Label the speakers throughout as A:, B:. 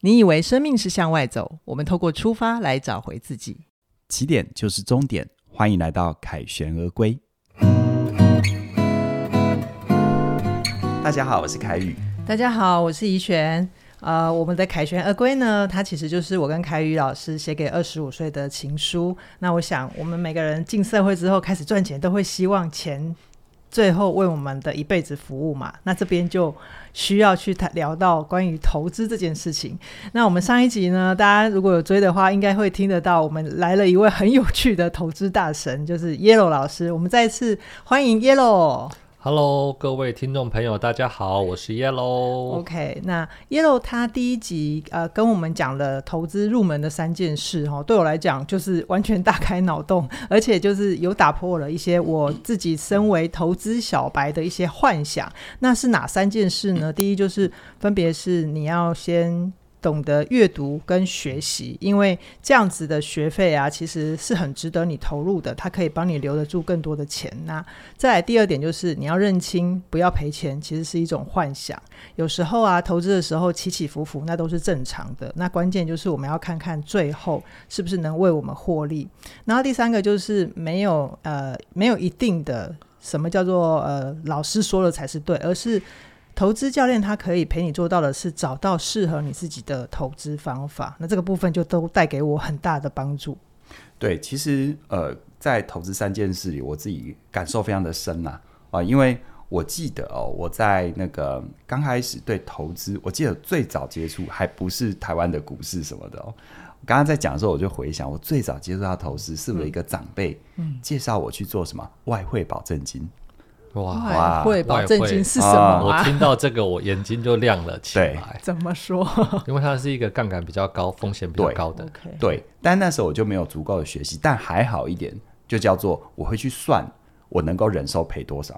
A: 你以为生命是向外走，我们透过出发来找回自己。
B: 起点就是终点，欢迎来到凯旋而归。大家好，我是凯宇。
A: 大家好，我是怡璇。呃，我们的凯旋而归呢，它其实就是我跟凯宇老师写给二十五岁的情书。那我想，我们每个人进社会之后开始赚钱，都会希望钱最后为我们的一辈子服务嘛。那这边就需要去谈聊到关于投资这件事情。那我们上一集呢，大家如果有追的话，应该会听得到，我们来了一位很有趣的投资大神，就是 Yellow 老师。我们再次欢迎 Yellow。
C: Hello，各位听众朋友，大家好，我是 Yellow。
A: OK，那 Yellow 他第一集呃跟我们讲了投资入门的三件事哈、哦，对我来讲就是完全大开脑洞，而且就是有打破了一些我自己身为投资小白的一些幻想。那是哪三件事呢？第一就是分别是你要先。懂得阅读跟学习，因为这样子的学费啊，其实是很值得你投入的，它可以帮你留得住更多的钱呐、再来第二点就是你要认清，不要赔钱，其实是一种幻想。有时候啊，投资的时候起起伏伏，那都是正常的。那关键就是我们要看看最后是不是能为我们获利。然后第三个就是没有呃没有一定的什么叫做呃老师说了才是对，而是投资教练他可以陪你做到的是找到适合你自己的投资方法。那这个部分就都带给我很大的帮助。
B: 对，其实呃，在投资三件事里，我自己感受非常的深呐啊、呃因为我记得哦，我在那个刚开始对投资，我记得最早接触还不是台湾的股市什么的哦。我刚刚在讲的时候，我就回想我最早接触到投资，是我的一个长辈、介绍我去做什么外汇保证金。
A: 外
C: 哇，
A: 汇保证金是什么
C: 我
A: 啊？
C: 听到这个，我眼睛就亮了起来，
A: 怎么说
C: 因为它是一个杠杆比较高、风险比较
B: 对
C: 高的。
A: ？OK，
B: 对，但那时候我就没有足够的学习，但还好一点，就叫做我会去算我能够忍受赔多少、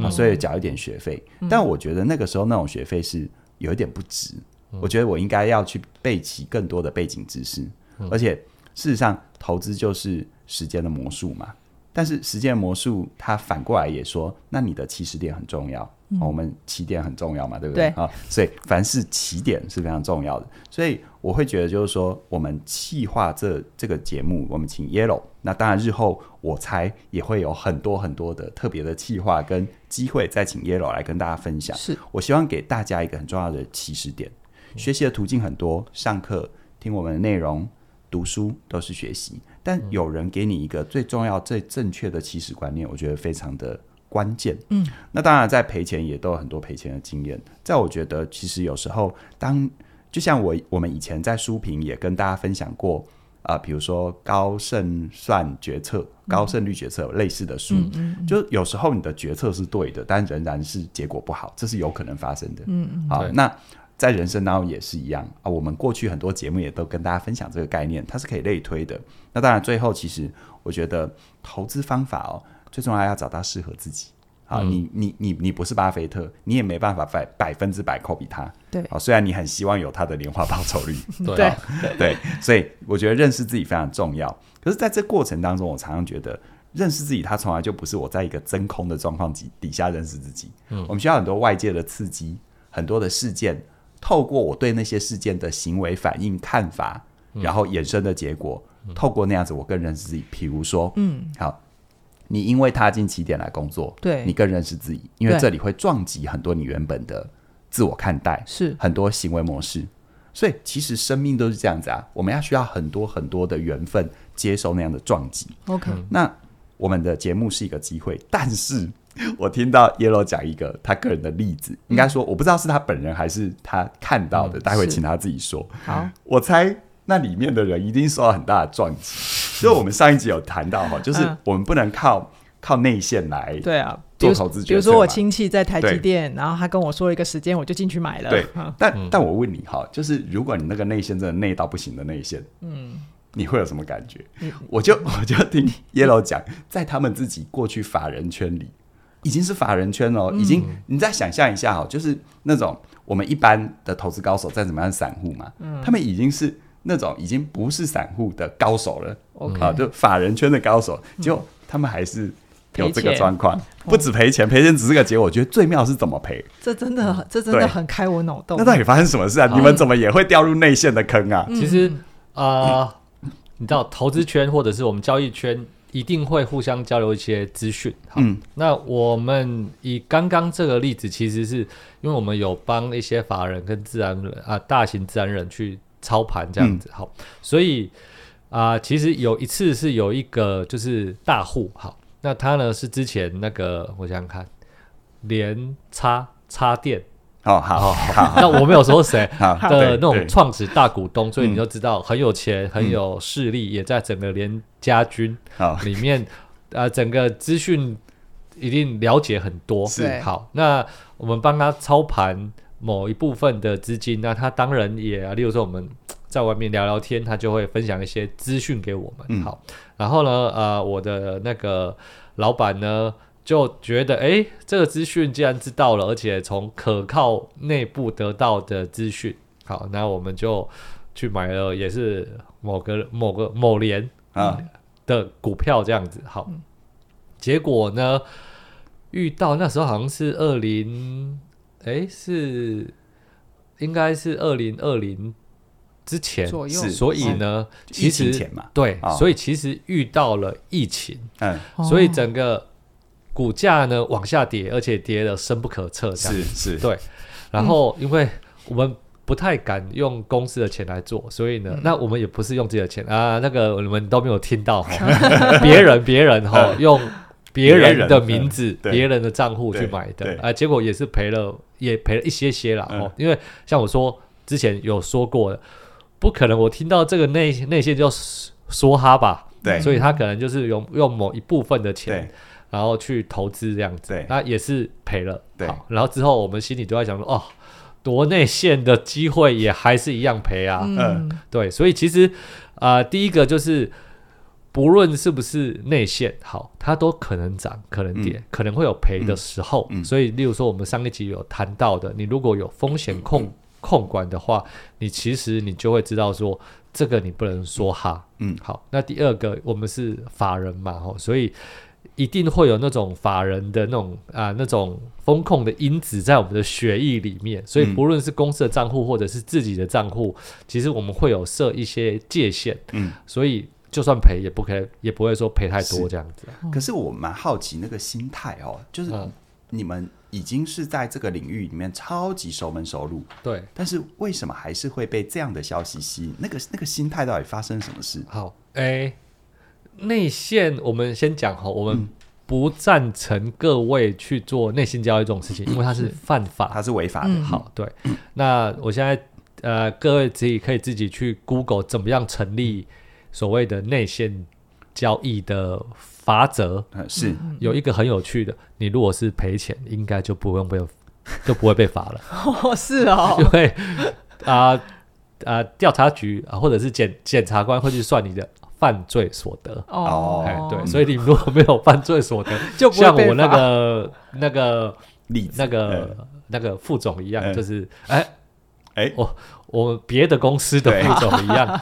B: 啊，所以缴一点学费。但我觉得那个时候那种学费是有一点不值，我觉得我应该要去备齐更多的背景知识，而且事实上投资就是时间的魔术嘛。但是时间的魔术，它反过来也说，那你的起始点很重要，哦、我们起点很重要嘛，对不对？啊，所以凡是起点是非常重要的。所以我会觉得，就是说，我们企划这这个节目，我们请 Yellow，那当然日后我猜也会有很多很多的特别的企划跟机会，再请 Yellow 来跟大家分享。
A: 是
B: 我希望给大家一个很重要的起始点。学习的途径很多，上课、听我们的内容、读书都是学习，但有人给你一个最重要、最正确的起始观念，我觉得非常的关键。嗯，那当然，在赔钱也都有很多赔钱的经验。在我觉得，其实有时候当就像我我们以前在书评也跟大家分享过。啊、比如说高胜算决策、高胜率决策类似的书，就有时候你的决策是对的，但仍然是结果不好，这是有可能发生的。嗯嗯，好，
C: 对
B: 那在人生当中也是一样啊。我们过去很多节目也都跟大家分享这个概念，它是可以类推的。那当然，最后其实我觉得投资方法哦，最重要要找到适合自己。啊，你你你你不是巴菲特，你也没办法百百分之百 copy 他。
A: 对
B: 好，虽然你很希望有他的年化报酬率，
C: 对
A: 对
C: 啊，
B: 对，所以我觉得认识自己非常重要。可是，在这过程当中，我常常觉得认识自己，它从来就不是我在一个真空的状况底底下认识自己。我们需要很多外界的刺激，很多的事件，透过我对那些事件的行为反应、看法，然后衍生的结果，透过那样子，我更认识自己。比如说，嗯，好。你因为踏进起点来工作，
A: 对
B: 你更认识自己，因为
A: 对
B: 这里会撞击很多你原本的自我看待，
A: 是
B: 很多行为模式。所以其实生命都是这样子啊，我们要需要很多很多的缘分接受那样的撞击。
A: OK，
B: 那我们的节目是一个机会，但是我听到 Yellow 讲一个他个人的例子，应该说我不知道是他本人还是他看到的，待会
A: 嗯是
B: 请他自己说。
A: 好，
B: 我猜那里面的人一定受到很大的撞击。所以我们上一集有谈到哈，就是
A: 嗯
B: 我们不能靠靠内线来
A: 对啊，比
B: 做
A: 如
B: 投资
A: 比如
B: 决策
A: 说我
B: 嘛
A: 亲戚在台积
B: 对
A: 电，然后他跟我说了一个时间，我就进去买了。
B: 对
A: 嗯，
B: 但、但我问你哈，就是如果你那个内线真的内到不行的内线，嗯，你会有什么感觉？我就 我就听 Yellow 讲，在他们自己过去法人圈里，已经是法人圈哦，已经你再想象一下哈，就是那种我们一般的投资高手再怎么样散户嘛，他们已经是。那种已经不是散户的高手了
A: OK
B: 啊，就法人圈的高手，结果他们还是有
D: 赔
B: 这个
D: 钱
B: 专款，不止赔钱，赔钱只是个结果。我觉得最妙是怎么赔，
A: 这真的这真的
B: 嗯对
A: 很开我脑洞
B: 那。到底发生什么事啊？
C: 好
B: 你们怎么也会掉入内线的坑啊？
C: 其实啊、呃你知道投资圈或者是我们交易圈一定会互相交流一些资讯。好，
B: 嗯
C: 那我们以刚刚这个例子，其实是因为我们有帮一些法人跟自然人啊、大型自然人去操盘这样子。
B: 嗯
C: 好，所以啊、其实有一次是有一个就是大户，好，那他呢是之前那个我想想看，连插插电，
B: 哦，好好
C: 那我没有说谁，
B: 好好，
C: 的那
B: 对
C: 种
B: 对嗯
C: 创始大股东，所以你就知道很有钱、很有势力，也在整个联家军
B: 好
C: 里面，呃，整个资讯一定了解很多。
B: 是
A: 对
C: 好，那我们帮他操盘某一部分的资金，那他当然也，例如说我们在外面聊聊天，他就会分享一些资讯给我们。
B: 嗯
C: 好，然后呢，呃，我的那个老板呢。就觉得，诶，这个资讯既然知道了，而且从可靠内部得到的资讯，好，那我们就去买了，也是某个某个某联
B: 啊，
C: 的股票这样子。好，
A: 嗯
C: 结果呢，遇到那时候好像是二零，哎，是应该是二零二零之前
A: 左右
B: 是嗯
C: 所以呢，其
B: 疫情
C: 实
B: 前嘛，
C: 对，
B: 哦
C: 所以其实遇到了疫情，
B: 嗯，
A: 哦
C: 所以整个股价呢往下跌，而且跌得深不可测，这样
B: 是是，
C: 对，然后因为我们不太敢用公司的钱来做，所以呢，
B: 嗯
C: 那我们也不是用自己的钱啊，那个你们都没有听 到哈，别人别人哈用别人的名字、
B: 嗯别人嗯对
C: 别人的账户去买
B: 对
C: 的
B: 对
C: 啊，结果也是赔了，也赔了一些些啦
B: 嗯
C: 哦，因为像我说之前有说过的，不可能我听到这个内内线就说哈吧，
B: 对
C: 所以他可能就是用用某一部分的钱
B: 对。
C: 然后去投资这样子，
B: 对
C: 那也是赔了。
B: 对
C: 好，然后之后我们心里都在想说，哦，夺内线的机会也还是一样赔啊。
A: 嗯
B: 嗯，
C: 对，所以其实啊、呃第一个就是不论是不是内线好，它都可能涨，可能跌，可能会有赔的时候。
B: 嗯嗯嗯
C: 所以，例如说我们上一集有谈到的，你如果有风险控、
B: 嗯
C: 控管的话，你其实你就会知道说这个你不能说哈。
B: 嗯
C: 好，那第二个我们是法人嘛，吼，所以。一定会有那种法人的那种啊、那种风控的因子在我们的血液里面，所以
B: 嗯
C: 不论是公司的账户或者是自己的账户，其实我们会有设一些界限，
B: 嗯，
C: 所以就算赔也不可以，也不会说赔太多
B: 是
C: 这样子啊。
B: 可是我蛮好奇那个心态哦，就是
C: 嗯
B: 你们已经是在这个领域里面超级熟门熟路，
C: 对，
B: 但是为什么还是会被这样的消息吸引？那个那个心态到底发生什么事？
C: 好，哎、内线我们先讲哈，我
B: 嗯
C: 们不赞成各位去做内线交易这种事 情，因为它是犯法。
B: 它是违法的，
A: 嗯
C: 好，对，那我现在呃，各位自己可以自己去 Google 怎么样成立所谓的内线交易的法则。
B: 嗯，是
C: 有一个很有趣的，你如果是赔钱，应该就不用被就不会被罚了。
A: 哦是 哦
C: 因，为啊啊，调、查局啊，或者是检检察官会去算你的犯罪所得。
B: 哦
C: 哎，对，所以你如果没有犯罪所得，
A: 就 不会
C: 像
A: 被
C: 我那
A: 罚
C: 个那个
B: 例子呃
C: 那个、
B: 哎
C: 那个副总一样，
B: 嗯
C: 就是哎，
B: 哎
C: 我我别的公司的
B: 对
C: 副总一 样，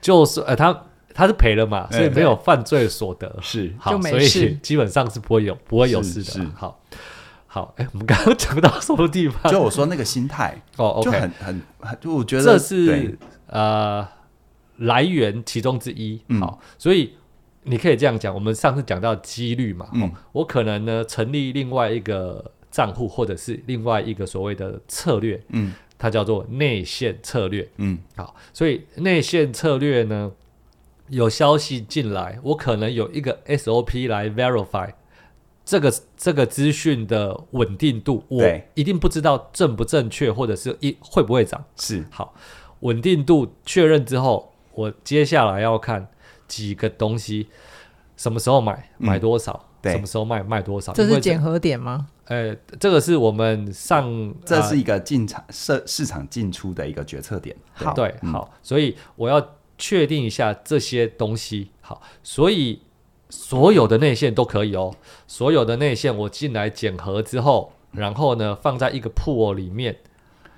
C: 就是呃，他他是赔了嘛，所以
B: 嗯
C: 没有犯罪所得，
B: 是
C: 好，
A: 就没
C: 所以
A: 事
C: 基本上是不会有不会有事
B: 是
C: 的啦
B: 是。
C: 好，好，哎，我们刚刚讲到什么地方？
B: 就我说那个心态
C: 哦
B: 就
C: ，OK，
B: 很很很，就我觉得
C: 这
B: 对
C: 是呃来源其中之一。
B: 嗯
C: 好，所以你可以这样讲，我们上次讲到几率嘛，
B: 嗯
C: 哦我可能呢成立另外一个账户，或者是另外一个所谓的策略，
B: 嗯
C: 它叫做内线策略。
B: 嗯
C: 好，所以内线策略呢，有消息进来，我可能有一个 SOP 来 verify 这个这个资讯的稳定度，我
B: 对
C: 一定不知道正不正确，或者是一会不会涨。
B: 是
C: 好，稳定度确认之后，我接下来要看几个东西，什么时候买，
B: 嗯
C: 买多少。
B: 对
C: 什么时候卖卖多少？
A: 这
C: 因
A: 是
C: 为
A: 检核点吗？
B: 嗯
C: 呃，这个是我们上
B: 这
C: 呃
B: 是一个进场市市场进出的一个决策点，
A: 好，
C: 对，
B: 嗯
C: 好，所以我要确定一下这些东西。好，所以所有的内线都可以哦，所有的内线我进来检核之后，然后呢放在一个 pool 里面，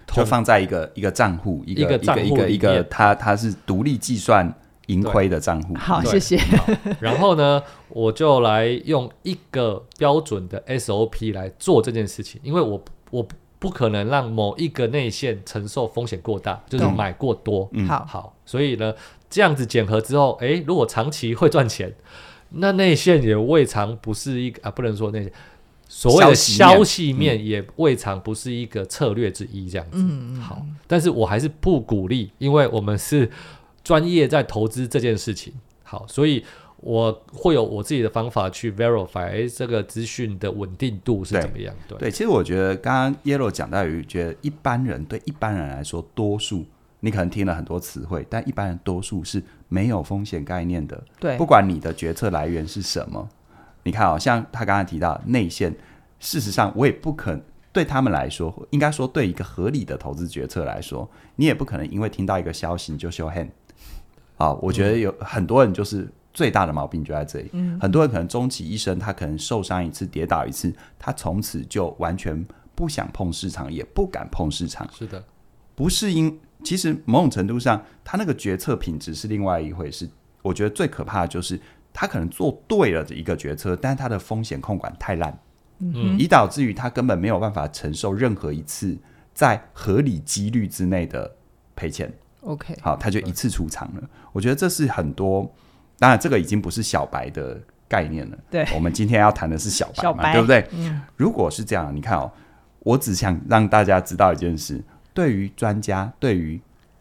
B: 就
C: 统
B: 放在一个一个账户，一
C: 一个
B: 个一
C: 账户
B: 个一个
C: 里
B: 一个
C: 面，
B: 它它是独立计算盈亏的账户。
A: 好，
B: 嗯
A: 谢谢。
C: 然后呢，我就来用一个标准的 SOP 来做这件事情，因为我我不可能让某一个内线承受风险过大，就是
A: 懂
C: 买过多。
B: 嗯
A: 好，
C: 好，所以呢，这样子检核之后，诶，如果长期会赚钱，那内线也未尝不是一个啊，不能说内线，所谓的消
B: 消
C: 息面嗯也未尝不是一个策略之一，这样子。
A: 嗯，嗯
C: 好，但是我还是不鼓励，因为我们是专业在投资这件事情。好，所以我会有我自己的方法去 verify 诶这个资讯的稳定度是
B: 对
C: 怎么样。对，
B: 对，其实我觉得刚刚 Yellow 讲到，于觉得一般人对一般人来说，多数你可能听了很多词汇，但一般人多数是没有风险概念的。
A: 对
B: 不，管你的决策来源是什么，你看哦，像他刚才提到内线，事实上我也不可对他们来说，应该说对一个合理的投资决策来说，你也不可能因为听到一个消息你就 show hand。啊，我觉得有很多人就是最大的毛病就在这里，很多人可能终其一生，他可能受伤一次、跌倒一次，他从此就完全不想碰市场，也不敢碰市场。
C: 是的，
B: 不是因，其实某种程度上，他那个决策品质是另外一回事。我觉得最可怕的就是他可能做对了一个决策，但他的风险控管太烂，
C: 嗯，
B: 以导致于他根本没有办法承受任何一次在合理几率之内的赔钱。
A: ，OK，
B: 好，他就一次出场了。我觉得这是很多，当然这个已经不是小白的概念了。
A: 对，
B: 我们今天要谈的是小白嘛，
A: 小白
B: 对不对？
A: 嗯，
B: 如果是这样，你看哦，我只想让大家知道一件事：对于专家，对于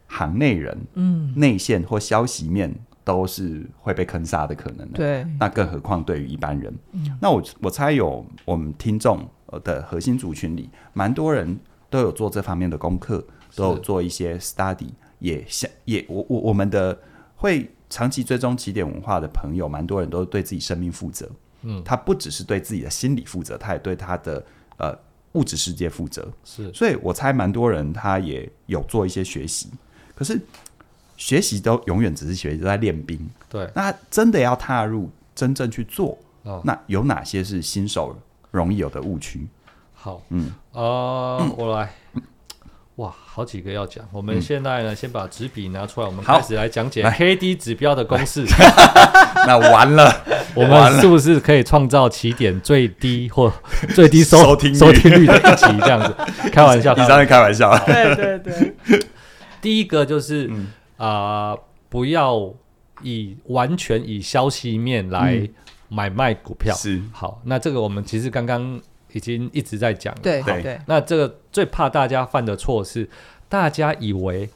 B: 行内人，嗯，内线或消息面都是会被坑杀的可能的。
A: 对，
B: 那更何况对于一般人。
C: 嗯
B: 那我我猜有我们听众呃的核心族群里，蛮多人都有做这方面的功课，都有做一些 study，也想也我我我们的会长期追踪起点文化的朋友，蛮多人都对自己生命负责。
C: 嗯
B: 他不只是对自己的心理负责，他也对他的呃物质世界负责。
C: 是
B: 所以我猜蛮多人他也有做一些学习，可是学习都永远只是学习，都在练兵。
C: 对，
B: 那真的要踏入真正去做，
C: 哦，
B: 那有哪些是新手容易有的误 区？
C: 好，
B: 嗯，
C: 呃，我来。哇，好几个要讲。我们现在呢，先把纸笔拿出来，我们
B: 好
C: 开始来讲解
B: 嗯来
C: K D 指标的公 式。
B: 那完了，
C: 我们是不是可以创造起点最低或最低收
B: 收听率
C: 收听率的一集这样 子？开玩笑，
B: 你
C: 开玩
B: 当
C: 笑
B: 然开玩笑。
A: 对对对，
C: 第一个就是啊、
B: 嗯
C: 不要以完全以消息面来买卖股票。
B: 嗯是
C: 好，那这个我们其实刚刚已经一直在讲了。
A: 对
B: 对
A: 对，
C: 那这个最怕大家犯的错是，大家以为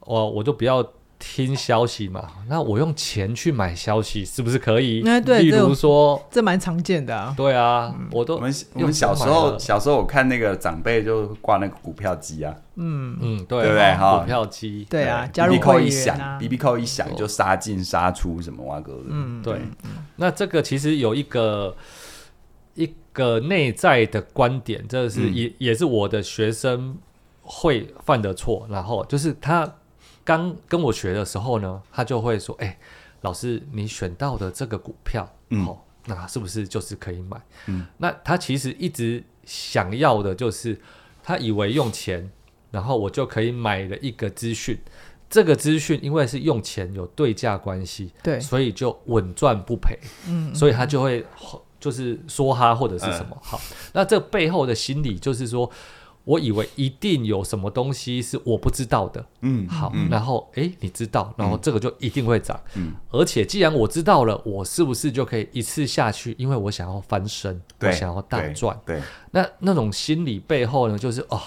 C: 哦，我就不要听消息嘛，那我用钱去买消息是不是可以？
A: 哎对
C: 例
A: 这
C: 如
A: 种
C: 说，
A: 这蛮常见的啊。
C: 对啊，我都
B: 我们我
C: 又
B: 们小时
C: 买了
B: 候，小时候我看那个长辈就挂那个股票机啊，
A: 嗯，
C: 嗯，对
B: 对不对哈
C: 股票机，
A: 对啊，加入
B: b b 扣
A: 会
B: 一
A: 员啊
B: 响，B B 扣一响就杀进杀出什么哇哥的，
A: 嗯，
C: 对，那这个其实有一个一个内在的观点，这是
A: 嗯
C: 也、也是我的学生会犯的错。然后就是他刚跟我学的时候呢，他就会说：“哎、老师，你选到的这个股票，
B: 嗯
C: 哦，那是不是就是可以买？”
B: 嗯，
C: 那他其实一直想要的就是，他以为用钱，然后我就可以买了一个资讯。这个资讯因为是用钱有对价关系，
A: 对，
C: 所以就稳赚不赔，
A: 嗯，
C: 所以他就会就是说哈或者是什么、
B: 嗯
C: 好，那这背后的心理就是说，我以为一定有什么东西是我不知道的，
B: 嗯，
C: 好，
B: 嗯
C: 然后诶你知道，然后这个就一定会涨，
B: 嗯
C: 而且既然我知道了，我是不是就可以一次下去？因为我想要翻身，我
B: 对，
C: 想要大
B: 对
C: 赚，，
B: 对，
C: 那那种心理背后呢，就是哦，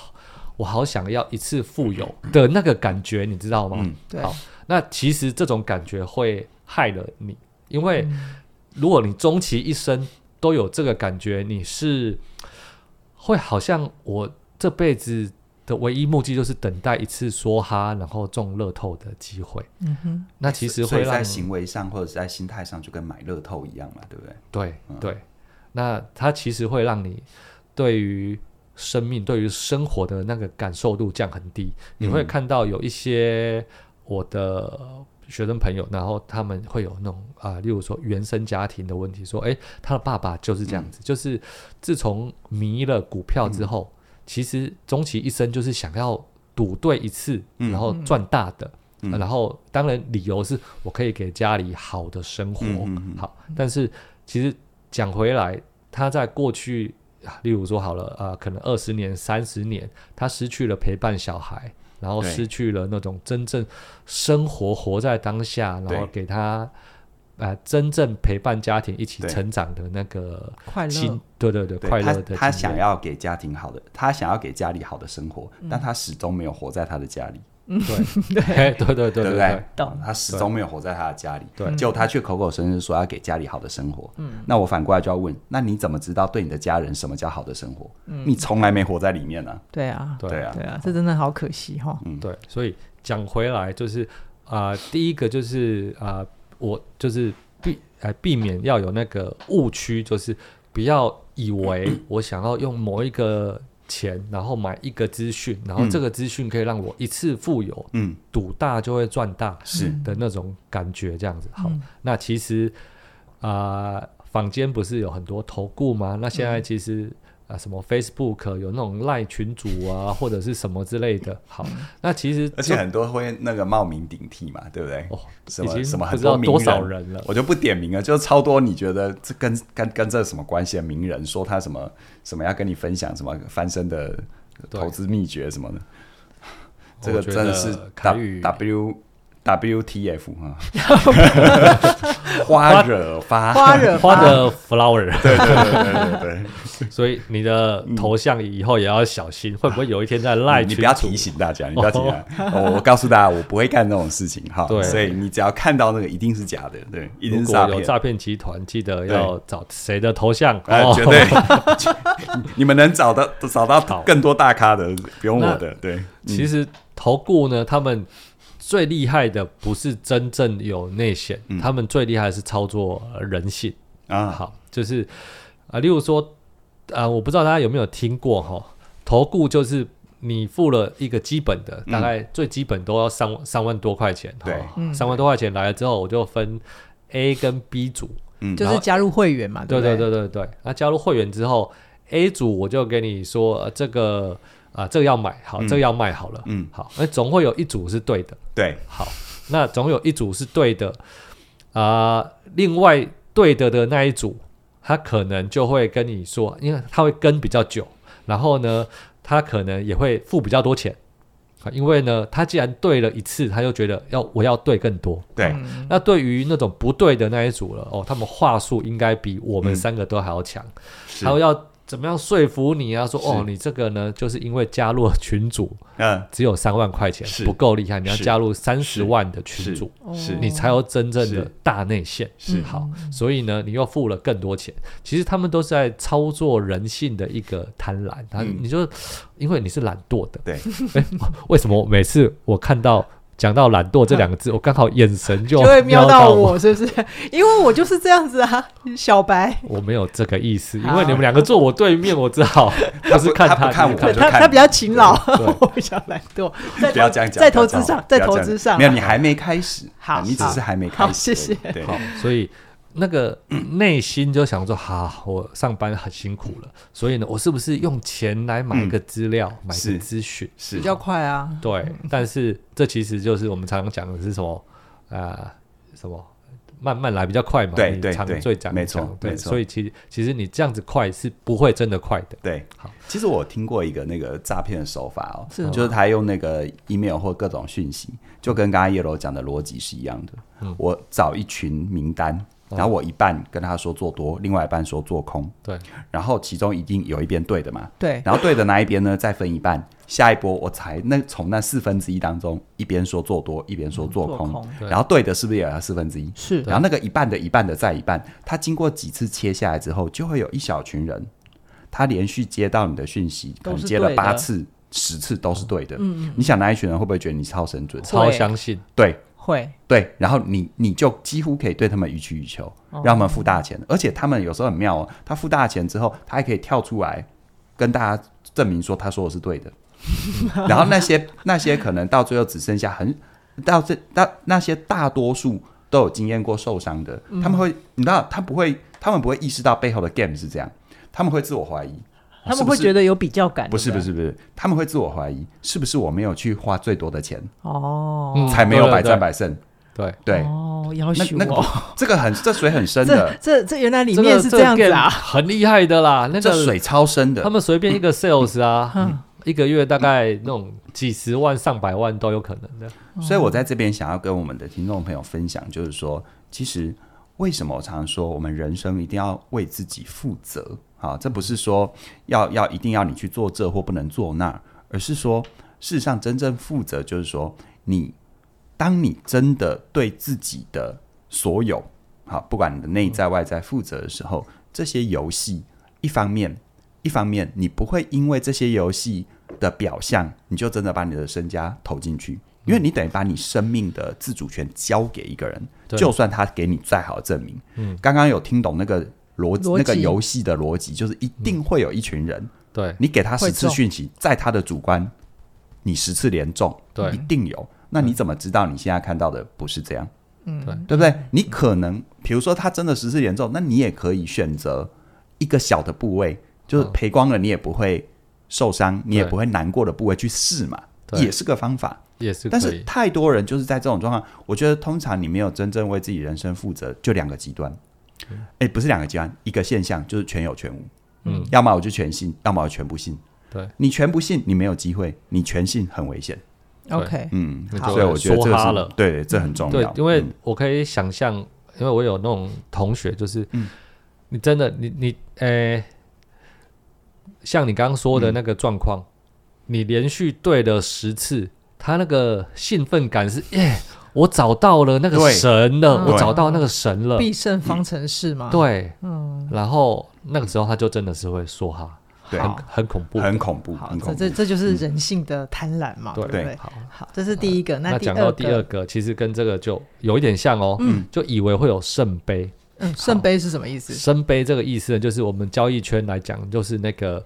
C: 我好想要一次富有的那个感觉，你知道吗？
B: 嗯
A: 对
C: 好，那其实这种感觉会害了你，因为如果你终其一生都有这个感觉，你是会好像我这辈子的唯一目的就是等待一次梭哈，然后中乐透的机会。
A: 嗯哼，
C: 那其实
B: 所
C: 会
B: 以
C: 让
B: 在
C: 你
B: 行为上或者是在心态上就跟买乐透一样嘛，对不对？
C: 对
B: 嗯
C: 对，那它其实会让你对于生命、对于生活的那个感受度降很低。你会
B: 嗯
C: 看到有一些我的学生朋友，然后他们会有那种啊、例如说原生家庭的问题，说，诶，他的爸爸就是这样
B: 嗯
C: 子，就是自从迷了股票之后，其实终其一生就是想要赌对一次，
B: 嗯
C: 然后赚大的。呃然后当然理由是我可以给家里好的生活，
B: 嗯嗯嗯
C: 好，但是其实讲回来，他在过去，啊例如说好了啊、呃可能二十年、三十年，他失去了陪伴小孩，然后
B: 对
C: 失去了那种真正生活活在当下，然
B: 对
C: 后给他。啊，真正陪伴家庭一起
B: 对
C: 成长的那个
A: 快乐嗯
C: 心，对对对，
B: 对
C: 快乐的
B: 他他
C: 经验
B: 想要给家庭好的，他想要给家里好的生活，
C: 嗯
B: 但他始终没有活在他的家里，
C: 对对对对对
B: 对不
C: 对，
A: 懂
B: 他始终没有活在他的家里，
C: 对
B: 结果他却口口声声说要给家里好的生活。嗯，那我反过来就要问，那你怎么知道对你的家人什么叫好的生活？你从来没活在里面呢、
A: 对啊，
C: 嗯对
B: 对啊
A: 对，啊，这真的好可惜哈。
C: 对，所以讲回来就是啊、呃第一个就是啊、呃我就是避呃避免要有那个误区，就是不要以为我想要用某一个钱，然后买一个资讯，然后这个资讯可以让我一次富有，
B: 嗯，
C: 赌大就会赚大
B: 是
C: 的那种感觉，这样子。好，那其实啊、呃坊间不是有很多投顾吗？那现在其实。啊，什么 Facebook 有那种赖群主啊，或者是什么之类的。好，那其实
B: 而且很多会那个冒名顶替嘛，对不对？
C: 哦，
B: 什
C: 已
B: 么
C: 经
B: 什么
C: 不
B: 很
C: 知道
B: 名
C: 多少人了。
B: 我就不点名了，就是超多你觉得这跟跟跟这有什么关系的啊名人，说他什么什么要跟你分享什么翻身的
C: 对
B: 投资秘诀什么的，这
C: 我
B: 个
C: 觉
B: 真的
C: 得
B: 是
C: 凯
B: W
C: 宇
B: W W T F 啊，花惹发，
A: 花惹
C: 花的 flower，
B: 啊对对对对对对
C: 所以你的头像以后也要小心，会不会有一天在赖
B: 啊你
C: 群
B: 不要
C: 主哦
B: 提醒大家，你不要提醒大家，我我告诉大家，我不会干这种事情哈，
C: 对
B: 所以你只要看到那个一定是假的，对，一定
C: 如
B: 是
C: 果
B: 诈
C: 有
B: 骗。
C: 诈骗集团，记得要找谁的头像？
B: 哎，
C: 哦
B: 绝对， 你们能找到找
C: 好
B: 到更多大咖的，不用我的。对，
C: 其实投顾呢，他们最厉害的不是真正有内线，他们最厉害的是操作呃人性。
B: 嗯啊，
C: 好，就是啊、例如说啊、我不知道大家有没有听过哈，投顾就是你付了一个基本的，大概最基本都要三万三万多块钱，
B: 嗯对
C: 齁三万多块钱来了之后，我就分 A 跟 B 组，
B: 嗯
A: 就是加入会员嘛，
C: 对
A: 不
C: 对对对对，那加入会员之后，A 组我就给你说、呃这个啊、这个要买好，这个要卖好了，
B: 嗯
C: 好，那总会有一组是对的，
B: 对，
C: 好，那总有一组是对的，啊、另外对的的那一组，他可能就会跟你说，因为他会跟比较久，然后呢，他可能也会付比较多钱，啊，因为呢，他既然对了一次，他就觉得要我要对更多。
B: 对，
A: 嗯
C: 那对于那种不对的那一组了，哦，他们话术应该比我们
B: 嗯
C: 三个都还要强，
B: 是嗯
C: 他会要怎么样说服你啊？说
B: 是
C: 哦，你这个呢，就是因为加入了群组，
B: 嗯，
C: 只有三万块钱
B: 是
C: 不够厉害，你要
B: 是
C: 加入三十
B: 是
C: 万的群
B: 是
C: 主，
A: 哦
B: 是
C: 你才有真正的
B: 是
C: 大内线。
B: 是
A: 嗯
C: 好，哦所以呢，你又付了更多钱。其实他们都是在操作人性的一个贪婪。他、
B: 嗯
C: 你就因为你是懒惰的，
B: 对，
C: 为什么每次我看到讲到懒惰这两个字，我刚好眼神就
A: 就会瞄到，
C: 到
A: 我，是不是？ 因为我就是这样子啊，小白。
C: 我没有这个意思，因
A: 好
C: 为你们两个坐我对面，我只好不是看
B: 他不看
C: 你
B: 我
A: 对
B: 就
A: 他，
B: 看
A: 他
B: 你
A: 比较勤劳，
C: 对
A: 我比较懒惰。在
B: 不要这样讲，
A: 在
B: 不
A: 投
B: 要这样
A: 资上
B: 讲，
A: 在
B: 不要
A: 投
B: 这样
A: 资
B: 讲
A: 上啊
B: 没有，你还没开始，啊
A: 好
B: 你只是还没
A: 好
B: 开始而
A: 谢
B: 已，
A: 谢
B: 对
C: 好，，所以那个内心就想说，哈、我上班很辛苦了，所以呢，我是不是用钱来买一个资料，买一
B: 嗯是
C: 个资讯？
B: 是
A: 比较快啊。
C: 对，
B: 嗯
C: 但是这其实就是我们常常讲的是什么？呃，什么？慢慢来比较快嘛，
B: 对
C: 你
B: 对
C: 常
B: 对
C: 最讲
B: 没错
C: 讲对
B: 没错
C: 所以其实其实你这样子快是不会真的快的，
B: 对，
C: 好，
B: 其实我听过一个那个诈骗的手法哦，
A: 是吗
B: 就是他用那个 email 或各种讯息，就跟刚刚叶柔讲的逻辑是一样的。
A: 嗯
B: 我找一群名单，然后我一半跟他说做多，另外一半说做空，
C: 对，
B: 然后其中一定有一边对的嘛，
A: 对，
B: 然后对的那一边呢再分一半，下一波我才那从那四分之一当中，一边说做多，一边说做
A: 嗯做
B: 空，
A: 空
C: 对
B: 然后对的是不是也要四分之一？
A: 是
B: 然后那个一半的一半的再一半，它经过几次切下来之后，就会有一小群人，他连续接到你的讯息，可
A: 都
B: 能
A: 是
B: 接了
A: 对的
B: 八次、十次都是对的。嗯你想那一群人会不会觉得你超神准？
C: 超相信，
B: 对
A: 会
B: 对，然后你你就几乎可以对他们予取予求，
A: 哦
B: 让他们付大钱。而且他们有时候很妙哦，他付大钱之后，他还可以跳出来跟大家证明说他说的 是对的。然后那些那些可能到最后只剩下很到这到那些大多数都有经验过受伤的，
A: 嗯
B: 他们会你知道他不会他们不会意识到背后的 game 是这样，他们会自我怀疑。
A: 他们会觉
B: 得
A: 得有比较感，
B: 不是不
A: 对对
B: 是不是，他们会自我怀疑，是不是我没有去花最多的钱，
A: 哦
C: 嗯
B: 才没有百战
C: 对
B: 百胜？
C: 对，
B: 对，
A: 哦，要
B: 那
A: 求
B: 那个
A: 哦，
B: 不这个很这水很深
A: 这
B: 的，
A: 这这原来里
C: 这
A: 面
C: 个
A: 是这样子
C: 个
A: 啊，
C: 很厉害的啦。那
B: 这
C: 个
B: 水超深的
C: 他。们随便一个 sales
A: 嗯
C: 啊，一个月大概那种几十万、上百万都有可能的。
B: 所以我在这边想要跟我们的听众朋友分享，就是说，其实为什么我常说我们人生一定要为自己负责啊？这不是说要要一定要你去做这或不能做那，而是说，事实上真正负责就是说，你当你真的对自己的所有好，不管你的内在外在负责的时候，这些游戏一方面。一方面，你不会因为这些游戏的表象，你就真的把你的身家投进去，因为你等于把你生命的自主权交给一个人，
C: 对
B: 就算他给你再好的证明，
C: 嗯
B: 刚刚有听懂那个逻辑
A: 逻辑嗯
B: 那个游戏的逻辑，就是一定会有一群人，
C: 对
B: 你给他十
A: 会
B: 次
A: 中
B: 讯息，在他的主观，你十次连中，
C: 对
B: 一定有。那你怎么知道你现在看到的不是这样？
A: 嗯
C: 对
B: 嗯对不对？你可能，比如说他真的十次严重，那你也可以选择一个小的部位，就是
C: 嗯
B: 赔光了，你也不会受伤，你也
C: 对
B: 不会难过的部位去试嘛，
C: 对
B: 也是个方法。
C: 也是
B: 但
C: 可
B: 是
C: 以。
B: 太多人就是在这种状况，我觉得通常你没有真正为自己人生负责，就两个极端。哎，不是两个极端，一个现象就是全有全无，
C: 嗯，
B: 要么我就全信，要么我全不信。
C: 对，
B: 你全不信，你没有机会；你全信很危险。
A: OK，
B: 嗯，
C: 那就
B: 所以我觉得这
C: 梭
B: 个
C: 哈
B: 是
C: 了
B: 对，这很重
C: 对
B: 要。，
C: 因为
B: 嗯
C: 我可以想象，因为我有那种同学，就是、
B: 嗯
C: 你真的你你呃，像你刚刚说的
B: 嗯
C: 那个状况，你连续对了十次，他那个兴奋感是耶，我找到了那个
B: 对
C: 神了，
A: 嗯
C: 我找到那个神了，
A: 必胜方程式嘛，，
C: 对，
A: 嗯，
C: 然后那个时候他就真的是会说哈，
B: 对
C: 很很恐怖，
B: 很恐怖，
A: 好
B: 很，
A: 这
B: 恐怖
A: 这。这就是人性的贪婪嘛，
C: 嗯对
A: 不对？
C: 好。
A: 好，这是第一个，
C: 那
A: 第
C: 讲
A: 二
C: 到第二
A: 个，
C: 个，其实跟这个就有一点像哦，
B: 嗯
C: 就以为会有圣杯，
A: 嗯，圣杯是什么意思？
C: 深杯这个意思呢，就是我们交易圈来讲，就是那个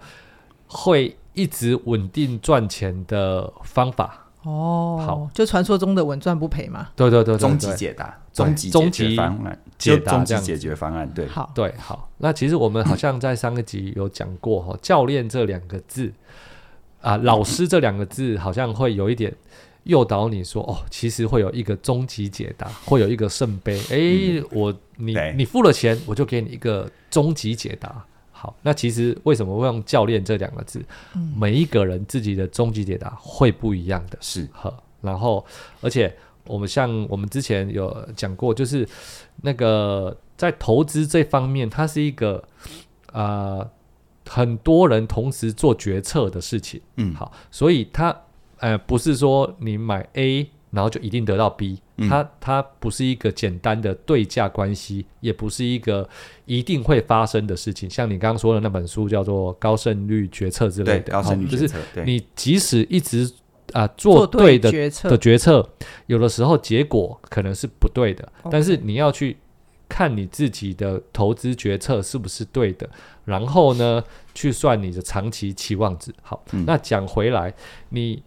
C: 会一直稳定赚钱的方法。
A: 哦，
C: 好，
A: 就传说中的稳赚不赔嘛。
C: 对对对对
B: 终极
C: 对
B: 解答，
C: 对
B: 终极
C: 终
B: 解决
C: 极
B: 方案，
C: 解
B: 就
C: 答
B: 终
C: 这
B: 极
C: 样
B: 解决方案，对，
A: 好，
C: 对，好。那其实我们好像在上个集有讲过哈、教练这两个字啊，老师这两个字好像会有一点诱导你说哦，其实会有一个终极解答，会有一个圣杯。诶，我你
B: 对
C: 你付了钱，我就给你一个终极解答。好，那其实为什么会用教练这两个字？每一个人自己的终极解答会不一样的。
B: 是
C: 好，然后而且我们像我们之前有讲过，就是那个在投资这方面，它是一个呃很多人同时做决策的事情。
B: 嗯
C: 好，所以它呃不是说你买 A 然后就一定得到 B，、
B: 嗯
C: 它它不是一个简单的对价关系，也不是一个一定会发生的事情。像你刚刚说的那本书叫做《高胜率决策》之
B: 对，
C: 类的，
B: 高胜率
C: 好
B: 决
C: 就是
B: 策，对，
C: 你即使一直啊、做对
A: 对
C: 的
A: 决
C: 的
A: 策，
C: 决策，有的时候结果可能是不对的
A: OK
C: 但是你要去看你自己的投资决策是不是对的，然后呢，去算你的长期期望值。好，
B: 嗯
C: 那讲回来，你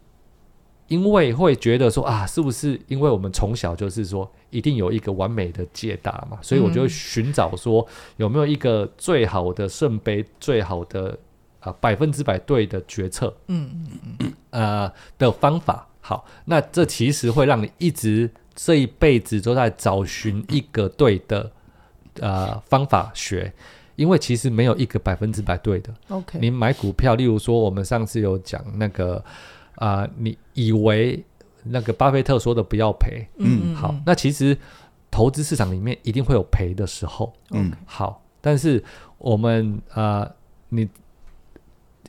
C: 因为会觉得说啊，是不是因为我们从小就是说一定有一个完美的解答嘛，所以我就会
A: 嗯
C: 寻找说有没有一个最好的圣杯，最好的啊百分之百对的决策。
A: 嗯，
C: 呃的方法。好，那这其实会让你一直这一辈子都在找寻一个对的呃方法学，因为其实没有一个百分之百对的。
A: OK，嗯
C: 你买股票，例如说我们上次有讲那个啊、你以为那个巴菲特说的不要赔，
A: 嗯
C: 好，那其实投资市场里面一定会有赔的时候，
B: 嗯
C: 好，但是我们呃，你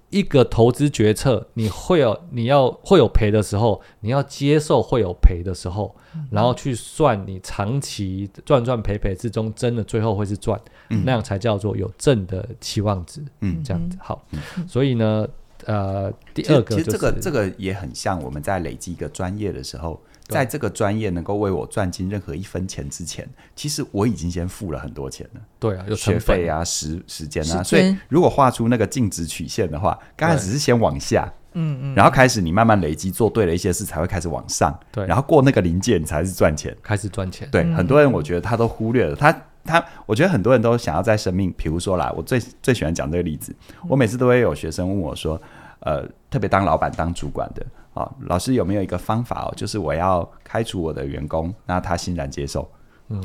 C: 一个投资决策，你会有你要会有赔的时候，你要接受会有赔的时候，然后去算你长期赚赚赔赔之中，真的最后会是赚，那样才叫做有正的期望值，
B: 嗯
C: 这样子好。所以呢，呃，第
B: 其
C: 二
B: 实
C: 个
B: 其实
C: 就是嗯
B: 这个这个也很像我们在累积一个专业的时候，在这个专业能够为我赚进任何一分钱之前，其实我已经先付了很多钱了，
C: 对啊，有成
B: 学
C: 本
B: 费，啊、时时间啊，
A: 时间
B: 所以如果画出那个净值曲线的话，刚开始是先往下，嗯嗯，然后开始你慢慢累积，做对了一些事，才会开始往上，
C: 对
B: 然后过那个临界，你才是赚钱。
C: 开始赚钱，
B: 对，很多人我觉得他都忽略了，他他，我觉得很多人都想要在生命，比如说啦，我最最喜欢讲这个例子，我每次都会有学生问我说，呃，特别当老板、当主管的，啊、老师有没有一个方法哦？就是我要开除我的员工，那他欣然接受。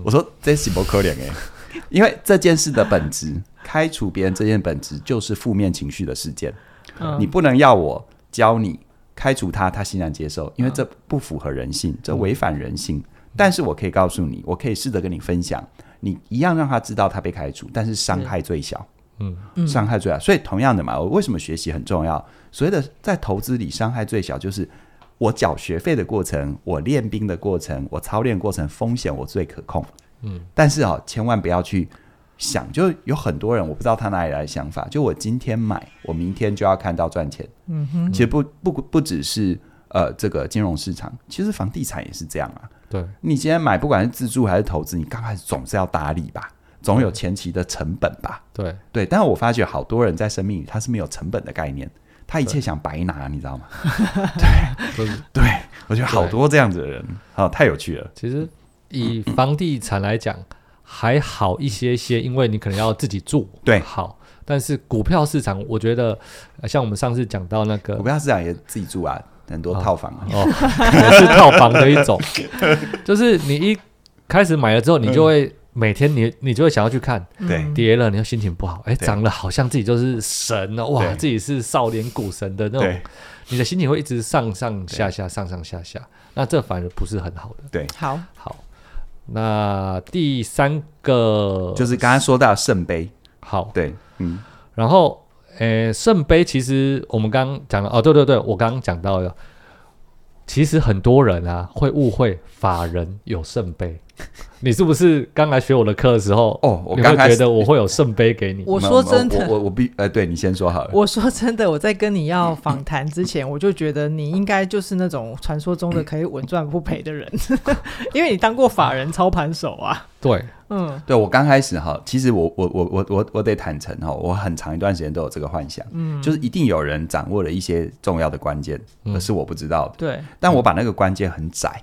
B: 我说这是不可怜哎，因为这件事的本质，开除别人这件本质就是负面情绪的事件，
A: 嗯
B: 你不能要我教你开除他，他欣然接受，因为这不符合人性，这违反人性。但是我可以告诉你，我可以试着跟你分享，你一样让他知道他被开除，但是伤害最小。
C: 嗯
B: 伤害最小。所以同样的嘛，我为什么学习很重要？所谓的在投资里伤害最小，就是我缴学费的过程，我练兵的过程，我操练过程，风险我最可控。嗯，但是哦，千万不要去想，就有很多人我不知道他哪里来的想法，就我今天买，我明天就要看到赚钱。
A: 嗯哼，
B: 其实不不不只是呃这个金融市场，其实房地产也是这样啊。
C: 对，
B: 你今天买，不管是自住还是投资，你刚开始总是要打理吧，总有前期的成本吧。
C: 对，
B: 对，但我发觉好多人在生命里他是没有成本的概念，他一切想白拿，你知 道吗？
C: 就是
B: 对，我觉得好多这样子的人，好、太有趣了。
C: 其实以房地产来讲还好一些些，因为你可能要自己住，
B: 对
C: 好。但是股票市场，我觉得呃像我们上次讲到那个
B: 我跟他市场也自己住啊，很多套房啊，
C: 哦， 也是套房的一种，就是你一开始买了之后，你就会每天你你就会想要去看，
B: 对
A: 嗯
C: 跌了你就心情不好，哎，
B: 对
C: 涨了好像自己就是神了，哇，
B: 对
C: 自己是少年股神的那种，你的心情会一直上上下下上上下下，那这反而不是很好的。
A: 好，
C: 好，那第三个
B: 就是刚刚说到的圣杯，
C: 好，
B: 对，嗯，
C: 然后，诶，圣杯其实我们刚刚讲了，哦，对对对，我刚刚讲到了，其实很多人啊会误会法人有圣杯， 你是不是刚来学我的课的时候，
B: 哦，我
C: 你会
B: 刚开
C: 觉
B: 始
C: 得我会有圣杯给你？
A: 我
B: 没有
A: 说
B: 没有
A: 真的
B: 我我我必呃，对你先说好 了，
A: 我说真的，我在跟你要访谈之前，我就觉得你应该就是那种传说中的可以稳赚不赔的人， 因为你当过法人操盘手啊。
C: 对，
A: 嗯
B: 对我刚开始哈，其实我我我我我我得坦诚哈，我很长一段时间都有这个幻想，嗯，就是一定有人掌握了一些重要的关键，
C: 嗯
B: 可是我不知道的，
A: 对，
B: 但我把那个关键很窄，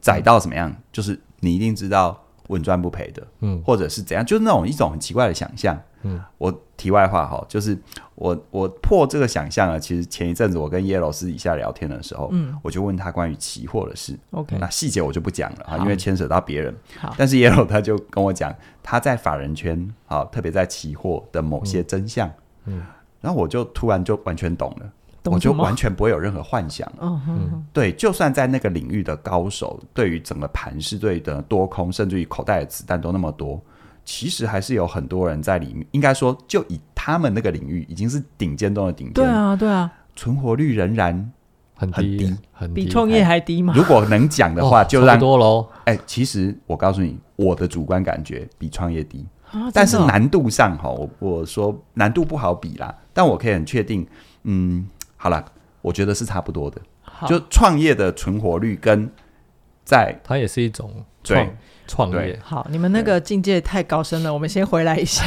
B: 窄到怎么样？就是你一定知道稳赚不赔的，
C: 嗯
B: 或者是怎样，就是那种一种很奇怪的想象。
C: 嗯，
B: 我题外话哈，就是我我破这个想象了。其实前一阵子我跟叶老师底下聊天的时候，
A: 嗯
B: 我就问他关于期货的事，
A: ，OK，
B: 那细节我就不讲了啊，
A: 好
B: 因为牵扯到别人。
A: 好，
B: 但是 Yellow 他就跟我讲，他在法人圈啊，特别在期货的某些真相，
C: 嗯嗯
B: 然后我就突然就完全懂了，
A: 懂
B: 我就
A: 什么
B: 完全不会有任何幻想。
A: 嗯哼，
B: 对，就算在那个领域的高手，对于整个盘势、对的多空，甚至于口袋的子弹都那么多，其实还是有很多人在里面。应该说，就以他们那个领域，已经是顶尖中的顶尖，
A: 对啊，对啊，
C: 嗯
B: 存活率仍然，
C: 很
B: 很
C: 低
B: 低，
C: 很低，
A: 比创业还低嘛。
B: 如果能讲的话，
C: 哦
B: 就
C: 差
B: 让
C: 不多喽。
B: 哎、其实我告诉你，我的主观感觉比创业低，
A: 啊
B: 但是，
A: 真的哦
B: 难度上哈，我我说难度不好比啦，但我可以很确定，嗯，好啦，我觉得是差不多的，
A: 好
B: 就创业的存活率跟在
C: 它也是一种
B: 对
C: 创创业
B: 对，
A: 好，你们那个境界太高深了，我们先回来一 下。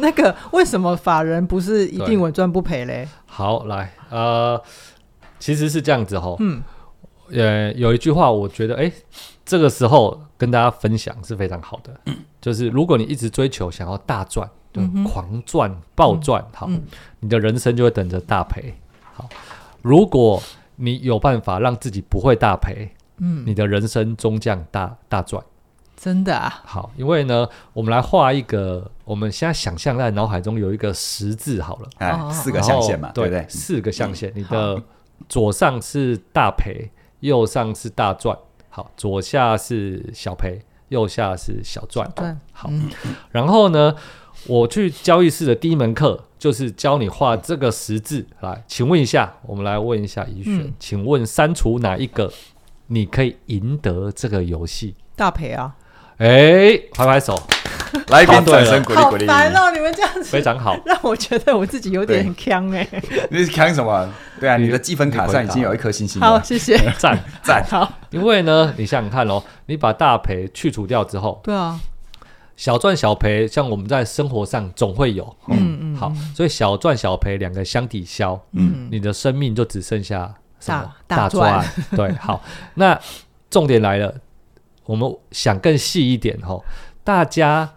A: 那个为什么法人不是一
C: 对
A: 定稳赚不赔嘞？
C: 好，来，呃，其实是这样子哈，
A: 嗯，
C: 呃，有一句话，我觉得，哎，这个时候跟大家分享是非常好的，就是如果你一直追求想要大赚，就
A: 嗯哼
C: 狂赚、暴赚，好，
A: 嗯
C: 你的人生就会等着大赔。好，如果你有办法让自己不会大赔，
A: 嗯，
C: 你的人生终将大大赚。
A: 真的啊，
C: 好，因为呢，我们来画一个，我们现在想象在脑海中有一个十字好了。
B: 哎、
A: 哦
B: 四个象限嘛，
C: 然后
B: 对嗯
C: 对
B: 不对？
C: 四个象限，你的左上是大赔，右上是大赚，好，左下是小赔，右下是小赚，
A: 赚
C: 好
A: 嗯。
C: 然后呢，我去交易室的第一门课就是教你画这个十字。来，请问一下，我们来问一下怡璇，
A: 嗯
C: 请问删除哪一个你可以赢得这个游戏？
A: 大赔啊，
C: 哎，拍拍手，
B: 来一
C: 答
B: 边
C: 对了
B: 掌声鼓励
A: 好
B: 鼓励，
A: 烦哦！你们这样
C: 非
A: 子
C: 常好。
A: 让我觉得我自己有点呛哎。
B: 你是扛什么？对啊，
C: 你
B: 你的积分卡上已经有一颗星 星
A: 好，
B: 了，
A: 谢谢。
C: 赞，
B: 赞！
A: 好，
C: 因为呢，你想想看哦，你把大赔去除掉之后，
A: 对啊，
C: 小赚小赔，像我们在生活上总会有，
A: 嗯嗯，
C: 好，所以小赚小赔两个相抵消，
A: 嗯，
C: 你的生命就只剩下什么
A: 大大
C: 赚，对，好，那重点来了，我们想更细一点吼，大家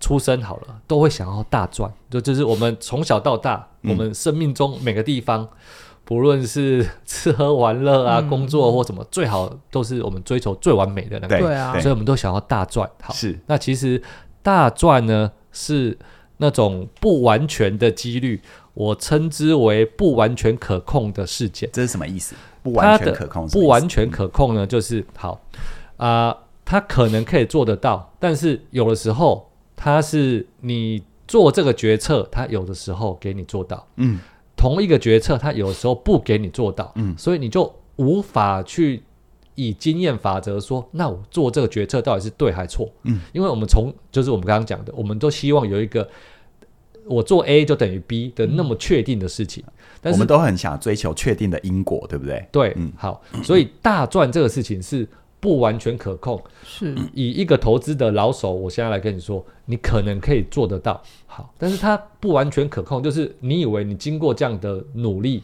C: 出生好了，都会想要大赚。就就是我们从小到大，
A: 嗯
C: 我们生命中每个地方，不论是吃喝玩乐啊、
A: 嗯
C: 工作或什么，最好都是我们追求最完美的那个
B: 对。
A: 对啊
C: 所以我们都想要大赚。好，
B: 是
C: 那其实大赚呢是那种不完全的几率，我称之为不完全可控的事件。
B: 这是什么意思？不
C: 它
B: 完
C: 的
B: 全可控是什么意思，
C: 不完全可控呢，就是好啊、他可能可以做得到，但是有的时候他是你做这个决策，他有的时候给你做到，
B: 嗯，
C: 同一个决策他有时候不给你做到，
B: 嗯
C: 所以你就无法去。以经验法则说，那我做这个决策到底是对还错？
B: 嗯，
C: 因为我们从就是我们刚刚讲的，我们都希望有一个我做 A 就等于 B 的那么确定的事情，但
B: 我
C: 是
B: 们都很想追求确定的因果，对不对？
C: 对，
B: 嗯
C: 好，所以大赚这个事情是不完全可控。
A: 是
C: 以一个投资的老手，我现在来跟你说，你可能可以做得到，好，但是它不完全可控，就是你以为你经过这样的努力。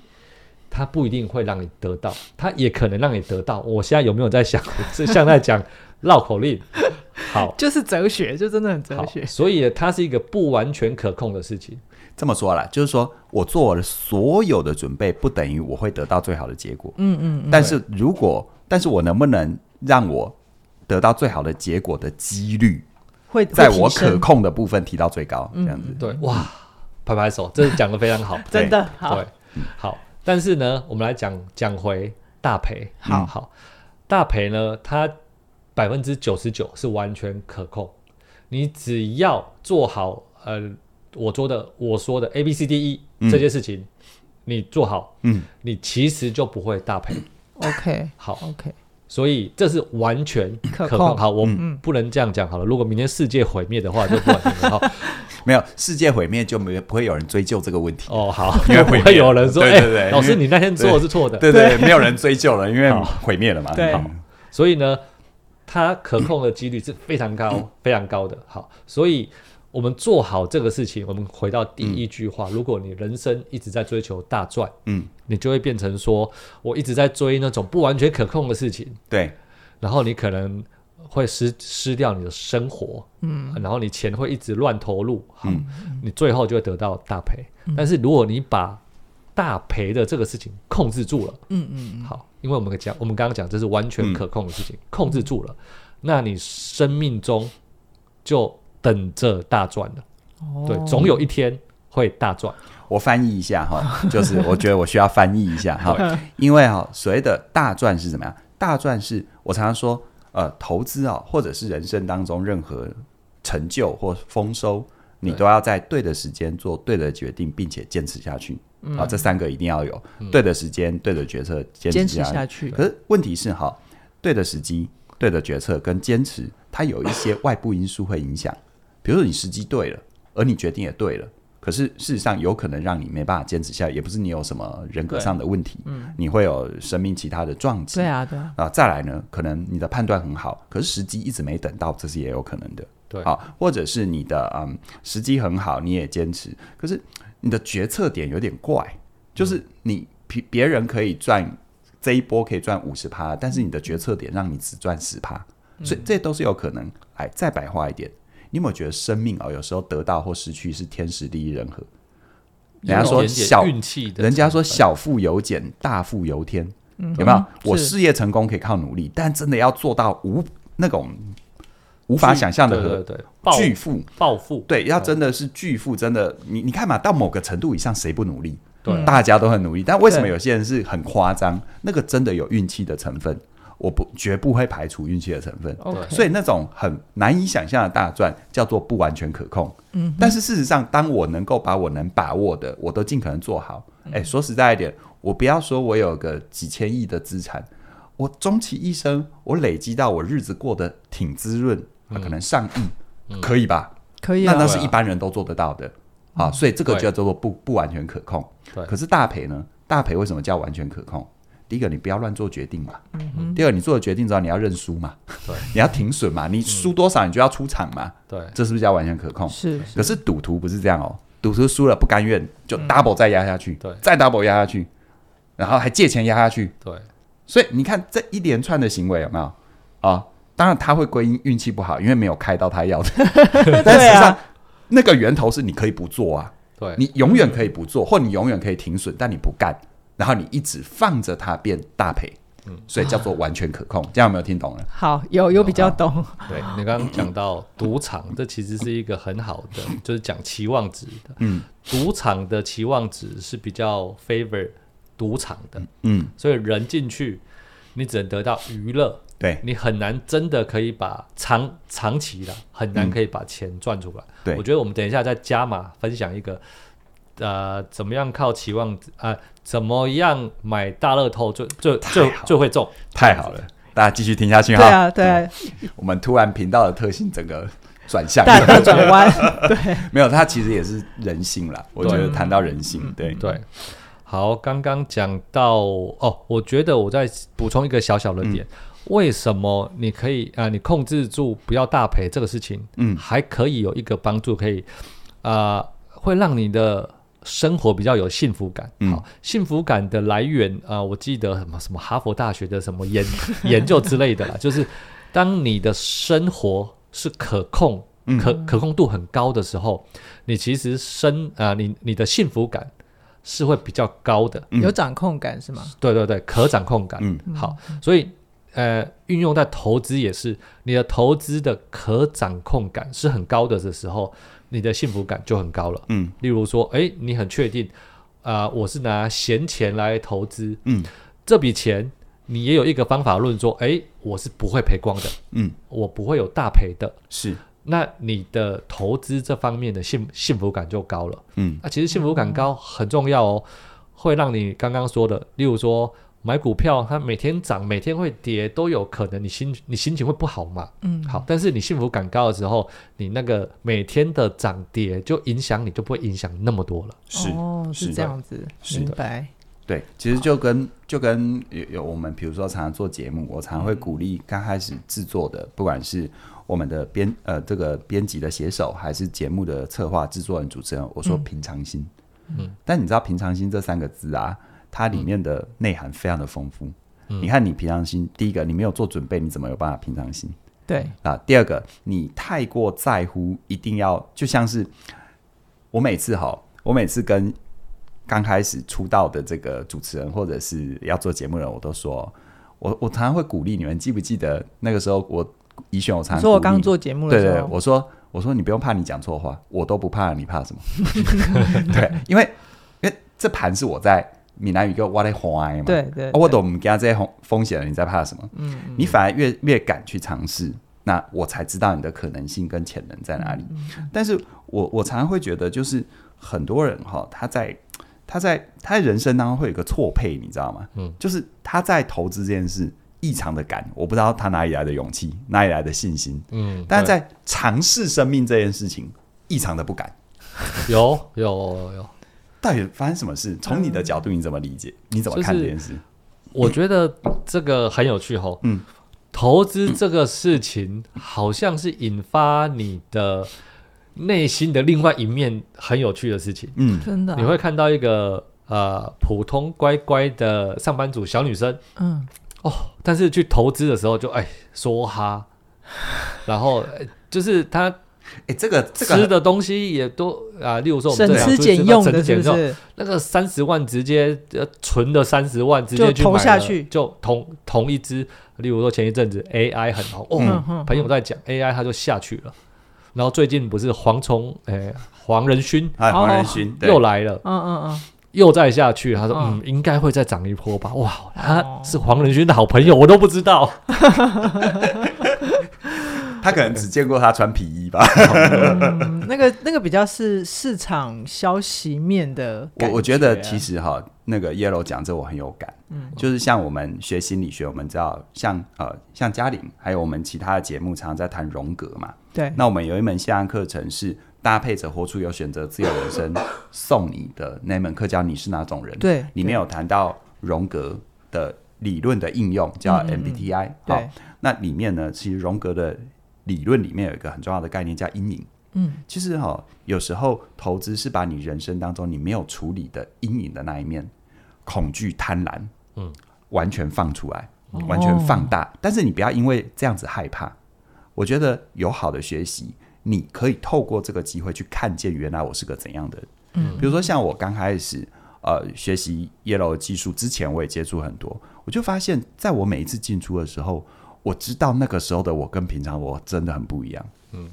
C: 它不一定会让你得到，它也可能让你得到。我现在有没有在想， 是像在讲绕口令？好，
A: 就是哲学，就真的很哲
C: 好
A: 学，。
C: 所以它是一个不完全可控的事情。
B: 这么说啦，就是说我做了所有的准备，不等于我会得到最好的结果。
A: 嗯嗯
B: 但是如果，但是我能不能让我得到最好的结果的几率，
A: 嗯，会
B: 在
A: 会
B: 我
A: 提
B: 可
A: 升
B: 控的部分提到最高，这样子？
C: 对，哇，拍拍手，这讲的非常好。
A: 真的好
C: 对，好，但是呢，我们来讲讲回大赔。嗯
B: 好
C: 好，大赔呢，它百分之九十九是完全可控，你只要做好呃我做的我说的 A B C D E、
B: 嗯
C: 这些事情，你做好，
B: 嗯，
C: 你其实就不会大赔。
A: ，OK
C: 好，
A: OK，
C: 所以这是完全
A: 可
C: 可
A: 控
C: 控。好，我
A: 嗯
C: 不能这样讲好了。如果明天世界毁灭的话，就不完全可控。
B: 没有世界毁灭就没不会有人追究这个问题。
C: 哦，好，
B: 因为
C: 不
B: 毁
C: 会
B: 灭
C: 有人说，
B: 对
C: 哎、
B: 对对
C: 老师
B: 因为
C: 你那天做的是错的，
B: 对对，没有人追究了，因为
C: 好
B: 毁灭了嘛。
A: 对
B: 好
C: 所以呢，它可控的几率是非常高、 非常高的。好，所以我们做好这个事情，我们回到第一句话：如果你人生一直在追求大赚，
B: 嗯，
C: 你就会变成说我一直在追那种不完全可控的事情，
B: 对，
C: 然后你可能会失失掉你的生活，嗯，然后你钱会一直乱投入，好，
B: 嗯
C: 你最后就会得到大赔。但是如果你把大赔的这个事情控制住了，
A: 嗯嗯，
C: 好，因为我们讲，我们刚刚讲这是完全
B: 嗯
C: 可控的事情，控制住了，那你生命中就等着大赚了。
A: 哦
C: 对，总有一天会大赚。
B: 我翻译一下 哈，就是我觉得我需要翻译一下哈，因为哈，所谓的大赚是怎么样？大赚是我常常说，呃，投资啊，或者是人生当中任何成就或丰收，你
C: 对
B: 都要在对的时间做对的决定，并且坚持下去。啊，这三个一定要有对的时间、对的决策，坚
A: 坚
B: 持
A: 持
B: 下去
A: 下。去，
B: 可是问题是哈，对的时机、对的决策跟坚持，它有 一些外部因素会影响。比如说你时机对了，而你决定也对了，可是事实上有可能让你没办法坚持下来，也不是你有什么人格上的问题，你会有生命其他的撞击。
A: 嗯对啊对啊，
B: 啊，再来呢，可能你的判断很好，可是时机一直没等到，这是也有可能的。
C: 对
B: 啊，或者是你的嗯时机很好，你也坚持，可是你的决策点有点怪，
C: 嗯
B: 就是你别别人可以赚这一波可以赚五十趴，但是你的决策点让你只赚十趴，
C: 嗯
B: 所以这都是有可能。哎，再白话一点，你有没有觉得生命啊、哦，有时候得到或失去是天时地利人和？人家
C: 有
B: 说
C: 一点点
B: 小
C: 运气的成分，嗯
B: 人家说小富由俭，大富由天，有没有？我
A: 是
B: 事业成功可以靠努力，但真的要做到无那种无法想象
C: 对
B: 的
C: 对对，暴
B: 巨富，
C: 暴富，嗯
B: 对，要真的是巨富，真的，你你看嘛，到某个程度以上，谁不努力？
C: 对
B: 大家都很努力，但为什么
A: 对
B: 有些人是很夸张？那个真的有运气的成分，我不绝不会排除运气的成分。
A: OK，
B: 所以那种很难以想象的大赚叫做不完全可控。嗯，但是事实上，当我能够把我能把握的，我都尽可能做好。哎、说实在一点，我不要说我有个几千亿的资产，我终其一生，我累积到我日子过得挺滋润，啊、可能上亿，可以吧？
A: 可以
B: 那
A: 啊，
B: 那是一般人都做得到的啊，所以这个
C: 对
B: 叫做不不完全可控
C: 对。
B: 可是大赔呢？大赔为什么叫完全可控？第一个，你不要乱做决定嘛；
A: 嗯
B: 第二，你做了决定之后，你要认输嘛，
C: 对 嗯
B: 你要停损嘛，你输多少你就要出场嘛，
C: 对
B: 这是不是叫完全可控？
A: 是
B: 可是赌徒不是这样哦，赌徒输了不甘愿，就 double 再压下去，
C: 嗯对
B: 再 double 压下去，然后还借钱压下去，
C: 对
B: 所以你看这一连串的行为有没有啊？当然他会归因运气不好，因为没有开到他要的。 但实际上，那个源头是你可以不做啊，
C: 对，
B: 你永远可以不做，或你永远可以停损，但你不干，然后你一直放着它变大赔，所以叫做完全可控。这样有没有听懂呢？
A: 好，有有比较懂，
C: 对你刚刚讲到赌场，这其实是一个很好的，就是讲期望值的。
B: 嗯
C: 赌场的期望值是比较 favor 赌场的，
B: 嗯，
C: 所以人进去，你只能得到娱乐，
B: 对
C: 你很难真的可以把长长期的很难可以把钱赚出来。
B: 嗯对
C: 我觉得我们等一下再加码分享一个，呃，怎么样靠期望值啊、怎么样买大乐透就就就
B: 太好
C: 就会中，
B: 太好了，大家继续听下去
A: 对
B: 哈。
A: 啊，对
B: 嗯
A: 啊，
B: 我们突然频道的特性整个转向，
A: 大大转弯，
B: 没有，它其实也是人性啦。我
A: 啊
B: 觉得谈到人性，嗯对
C: 对，好，刚刚讲到哦，我觉得我再补充一个小小的点，
B: 嗯
C: 为什么你可以啊、你控制住不要大赔这个事情，
B: 嗯
C: 还可以有一个帮助，可以啊、呃会让你的生活比较有幸福感。
B: 嗯
C: 好，幸福感的来源啊、呃我记得什么什么哈佛大学的什么研 研究之类的啦，就是当你的生活是可控。
B: 嗯
C: 可可控度很高的时候，你其实生啊、你你的幸福感是会比较高的。
A: 有掌控感是吗？
C: 对对对，可掌控感。
B: 嗯
C: 好，所以呃，运用在投资也是，你的投资的可掌控感是很高的的时候，你的幸福感就很高了。
B: 嗯
C: 例如说，哎，你很确定啊、我是拿闲钱来投资
B: 嗯
C: 这笔钱，你也有一个方法论说，哎，我是不会赔光的，
B: 嗯，
C: 我不会有大赔的。
B: 是，
C: 那你的投资这方面的幸幸福感就高了。
B: 嗯
C: 啊，其实幸福感高很重要哦，会让你刚刚说的，例如说买股票，它每天涨，每天会跌，都有可能，你心你心情会不好嘛。
A: 嗯，
C: 好，但是你幸福感高的时候，你那个每天的涨跌就影响你，就不会影响那么多了。
B: 是。
A: 哦，
B: 是
A: 是这样子，
B: 是
A: 明白，
B: 对，其实就跟就跟有有我们，比如说常常做节目，我常常会鼓励刚开始制作的，不管是我们的编呃这个编辑的写手，还是节目的策划、制作人、主持人，我说平常心。
C: 嗯，
B: 但你知道“平常心”这三个字啊，它里面的内涵非常的丰富。你看，你平常心，第一个你没有做准备，你怎么有办法平常心？
A: 对，
B: 啊，第二个，你太过在乎，一定要就像是我每次哈，我每次跟刚开始出道的这个主持人或者是要做节目的人，我都说，我我常常会鼓励你们，记不记得那个时候我以选我常
A: 你
B: 常
A: 说我
B: 鼓
A: 刚
B: 励
A: 做节目的
B: 对
A: 时
B: 对，
A: 候，
B: 我说我说你不用怕你讲错话，我都不怕，你怕什么？ 对，因为因为这盘是我在闽南语叫我在欢嘛，
A: 对对，
B: 啊我懂，我们给他这些风风险了，你在怕什么？
A: 嗯，
B: 你反而越越敢去尝试，那我才知道你的可能性跟潜能在哪里。但是我我常常会觉得，就是很多人哈，他在他在他在人生当中会有一个错配，你知道吗？
C: 嗯，
B: 就是他在投资这件事异常的敢，我不知道他哪里来的勇气，哪里来的信心，
C: 嗯，
B: 但在尝试生命这件事情异常的不敢。
C: 对有有有，
B: 到底发生什么事？从你的角度你怎么理解？你怎么看
C: 就
B: 这
C: 是
B: 件事？
C: 我觉得这个很有趣吼。
B: 嗯，
C: 投资这个事情好像是引发你的内心的另外一面很有趣的事情。
B: 嗯
A: 真的啊，
C: 你会看到一个呃普通乖乖的上班族小女生
A: 嗯，
C: 哦，但是去投资的时候就哎 梭哈，然后呃就是她
B: 哎、这个这个
C: 吃的东西也都啊、例如说我们
A: 省
C: 这两
A: 吃
C: 次
A: 俭
C: 吃
A: 用
C: 省
A: 的
C: 吃
A: 是
C: 俭
A: 不
C: 用，
A: 是？
C: 那个三十万直接呃存的三十万直接
A: 就
C: 去
A: 投
C: 买
A: 下
C: 了
A: 去
C: 就同同一只，例如说前一阵子 AI 很红哦，
A: 嗯嗯
C: 朋友在讲 AI 他就下去了，然后最近不是蝗虫哎黄仁勋
B: 哎，黄
A: 哦
B: 仁勋对
C: 又来了。
A: 嗯嗯嗯，
C: 又再下去，他说嗯
A: 嗯
C: 应该会再涨一波吧。哇，
A: 哦
C: 他是黄仁勋的好朋友，我都不知道。
B: 他可能只见过他穿皮衣 吧。
A: 嗯，那个那个比较是市场消息面的感啊
B: 我我觉得其实哈，那个 Yellow 讲这我很有感，
A: 嗯
B: 就是像我们学心理学，我们知道像呃像嘉玲，还有我们其他的节目常常在谈荣格嘛。
A: 对，
B: 那我们有一门线上课程是搭配着活出有选择自由人生送你的那门课，叫你是哪种人？，
A: 对，
B: 里面有谈到荣格的理论的应用，叫
A: 嗯嗯嗯
B: MBTI、好
A: 对，
B: 那里面呢，其实荣格的理论里面有一个很重要的概念叫阴影。
A: 嗯，
B: 其实哈、有时候投资是把你人生当中你没有处理的阴影的那一面，恐惧、贪婪，
C: 嗯，
B: 完全放出来。
A: 哦
B: 完全放大。但是你不要因为这样子害怕。我觉得有好的学习，你可以透过这个机会去看见原来我是个怎样的人。
A: 嗯
B: 比如说像我刚开始呃学习 Yellow 技术之前，我也接触很多，我就发现，在我每一次进出的时候，我知道那个时候的我跟平常我真的很不一样，
C: 嗯
B: 嗯，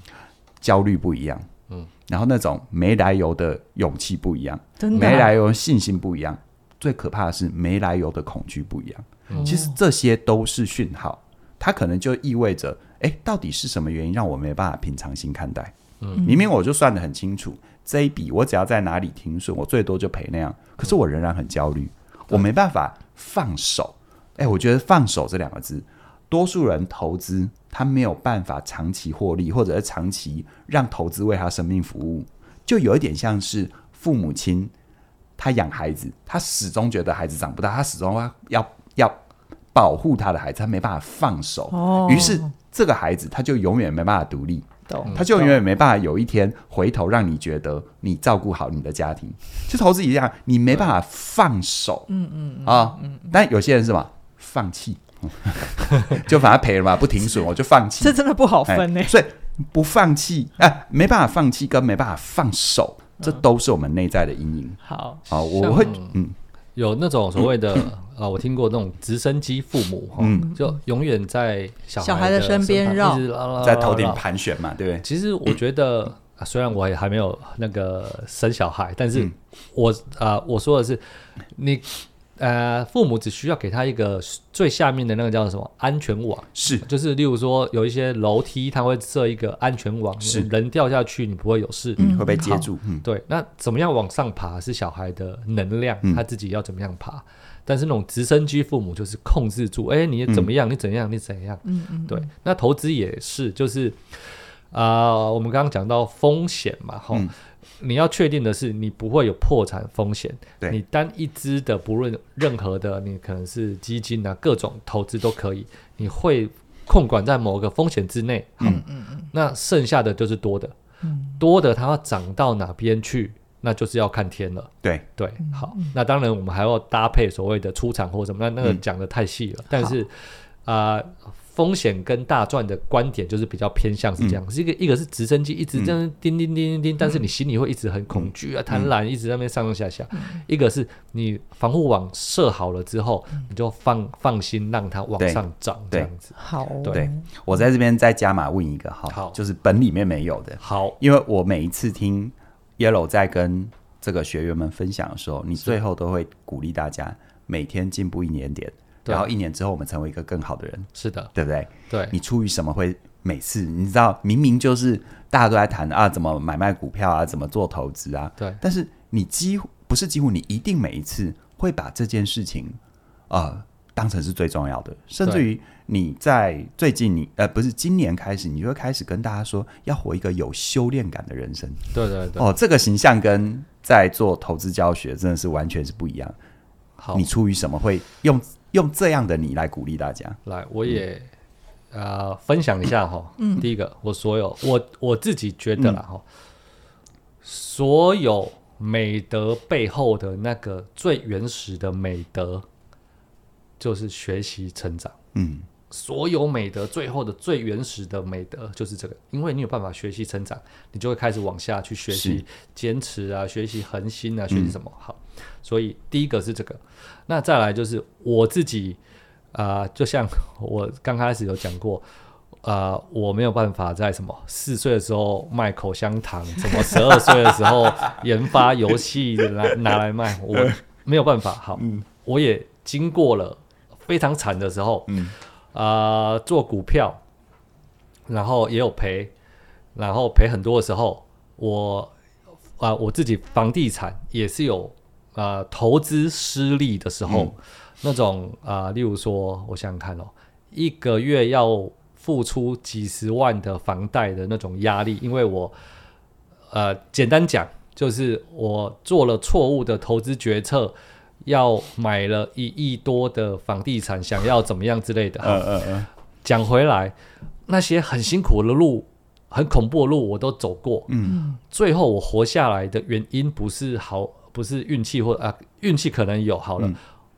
B: 焦虑不一样，嗯，然后那种没来由的勇气不一样，
A: 真的啊
B: 没来由的信心不一样，最可怕的是没来由的恐惧不一样。
C: 嗯
B: 其实这些都是讯号，它可能就意味着，哎，到底是什么原因让我没办法平常心看待？
C: 嗯
B: 明明我就算得很清楚，这一笔我只要在哪里停损，我最多就赔那样，可是我仍然很焦虑，我没办法放手。哎，我觉得“放手”这两个字，多数人投资他没有办法长期获利，或者是长期让投资为他生命服务，就有一点像是父母亲他养孩子，他始终觉得孩子长不大，他始终要要要保护他的孩子，他没办法放手，
A: 哦
B: 于是这个孩子他就永远没办法独立，
A: 懂，
B: 他就永远没办法有一天回头让你觉得你照顾好你的家庭，就投资一样，你没办法放手，嗯嗯啊，但有些人是嘛，放弃， 就反正赔了嘛，不停 损我就放弃
A: 这，真的不好分呢
B: 哎。所以不放弃，哎、没办法放弃跟没办法放手，这都是我们内在的阴影。
A: 好，
B: 好，我会，嗯
C: 有那种所谓的啊，我听过那种直升机父母哈，
B: 嗯
C: 就永远在小
A: 小孩的身边
C: 旁
A: 绕
C: 一直绕绕
B: 嗯在头顶
C: 绕绕
B: 盘旋嘛，对不对？
C: 其实我觉得，啊虽然我也还没有那个生小孩，但
A: 嗯
C: 是我啊、我说的是，你呃，父母只需要给他一个最下面的那个叫什么安全网，
B: 是，
C: 就是例如说有一些楼梯，它会设一个安全网，
B: 是
C: 人掉下去你不会有事。
B: 嗯，会被接住，嗯，
C: 对，那怎么样往上爬是小孩的能量，
B: 嗯
C: 他自己要怎么样爬。但是那种直升机父母就是控制住，哎、你怎
B: 嗯
C: 么样，你怎样，你怎样，
A: 嗯嗯，
C: 对，那投资也是，就是啊、我们刚刚讲到风险嘛，哈、
B: 嗯
C: 你要确定的是你不会有破产风险。
B: 对
C: 你单一支的，不论任何的，你可能是基金啊，各种投资都可以，你会控管在某个风险之内。好，
A: 嗯
C: 那剩下的就是多的，多的它要涨到哪边去，那就是要看天了。
B: 对，
C: 对，好，
B: 嗯
C: 那当然我们还要搭配所谓的出场或什么，那那个讲的太细了，但是啊、呃风险跟大赚的观点就是比较偏向是这
B: 嗯
C: 样，是一个一个是直升机一直这样叮叮叮叮叮，但是你心里会一直很恐惧
B: 嗯
C: 啊、贪婪，一直在那边上上下下；一个是你防护网设好了之后，你就放放心让它
B: 嗯
C: 往
B: 对
C: 上涨这
B: 对
C: 样子。
A: 好，哦
C: 对
B: 对，我在这边再加码问一个哈，
C: 好
B: 就是本里面没有的，
C: 好，
B: 因为我每一次听 Yellow 在跟这个学员们分享的时候，你最后都会鼓励大家每天进步一点点，
C: 对
B: 然后一年之后我们成为一个更好的人，
C: 是的，
B: 对不对？
C: 对，
B: 你出于什么会每次你知道，明明就是大家都在谈啊，怎么买卖股票啊，怎么做投资啊，
C: 对，
B: 但是你几乎不是几乎，你一定每一次会把这件事情呃当成是最重要的，甚至于你在最近你呃不是今年开始，你就会开始跟大家说要活一个有修炼感的人生
C: 对对对，
B: 哦，这个形象跟在做投资教学真的是完全是不一样。
C: 好
B: 你，出于什么会用用这样的你来鼓励大家？
C: 来，我也、呃分享一下哈。嗯，第一个，我所有我我自己觉得啦哈、所有美德背后的那个最原始的美德，就是学习成长。
B: 嗯，
C: 所有美德最后的最原始的美德就是这个，因为你有办法学习成长，你就会开始往下去学习
B: 是
C: 坚持啊，学习恒心啊，学习什么、好。所以第一个是这个，那再来就是我自己啊、呃就像我刚开始有讲过。啊、我没有办法在什么四岁的时候卖口香糖，什么十二岁的时候研发游戏来拿来卖，我没有办法。好，我也经过了非常惨的时候，啊、做股票，然后也有赔，然后赔很多的时候，我啊、我自己房地产也是有啊、投资失利的时候，那种啊、例如说，我想想看哦，一个月要付出几十万的房贷的那种压力，因为我呃，简单讲就是我做了错误的投资决策。要买了一亿多的房地产，想要怎么样之类的，
B: 呃呃呃，
C: 讲回来，那些很辛苦的路、很恐怖的路，我都走过。
B: 嗯，
C: 最后我活下来的原因不是
B: 嗯
C: 好，不是运气或啊，运气可能有好了。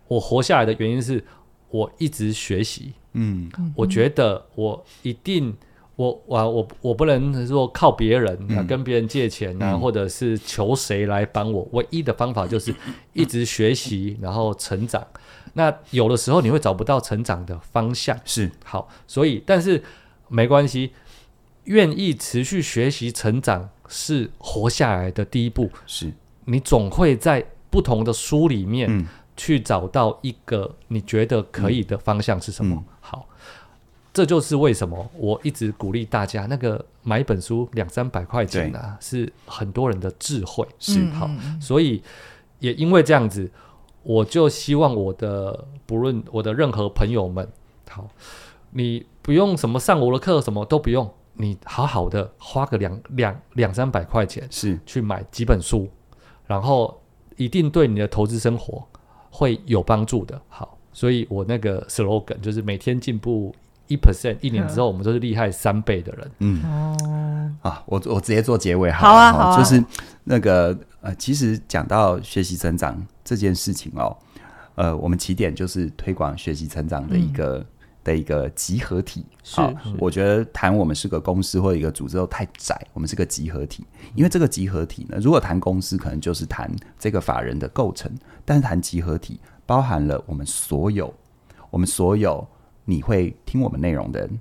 C: 我活下来的原因是我一直学习，
B: 嗯
C: 我觉得我一定，我我我我不能说靠别人啊，跟别人借钱啊，
B: 嗯
C: 或者是求谁来帮我。唯一的方法就是一直学习，然后成长。那有的时候你会找不到成长的方向，
B: 是
C: 好，所以但是没关系，愿意持续学习成长是活下来的第一步。
B: 是，
C: 你总会在不同的书里面。
B: 嗯
C: 去找到一个你觉得可以的方向是什么。
B: 嗯
C: 好，这就是为什么我一直鼓励大家，那个买一本书两三百块钱啊，是很多人的智慧。
B: 是
A: 嗯
C: 好
A: 嗯嗯
C: 所以也因为这样子，我就希望我的不论我的任何朋友们，好，你不用什么上我的课，什么都不用，你好好的花个两两两三百块钱，
B: 是
C: 去买几本书，然后一定对你的投资生活会有帮助的。好，所以我那个 slogan 就是每天进步一 percent，一年之后我们都是厉害三倍的人。
B: 嗯。
A: 哦，
B: 啊，我我直接做结尾
A: 好啊
B: 了
A: 好
B: 哈
A: 啊
B: 就是那个呃，其实讲到学习成长这件事情哦，呃，我们起点就是推广学习成长的
A: 嗯
B: 一个、的一个集合体。
A: 是
B: 好
A: 是
B: 我觉得谈我们是个公司或一个组织都太窄，我们是个集合体。因为这个集合体呢，如果谈公司，可能就是谈这个法人的构成，但是谈集合体，包含了我们所有，我们所有你会听我们内容的人。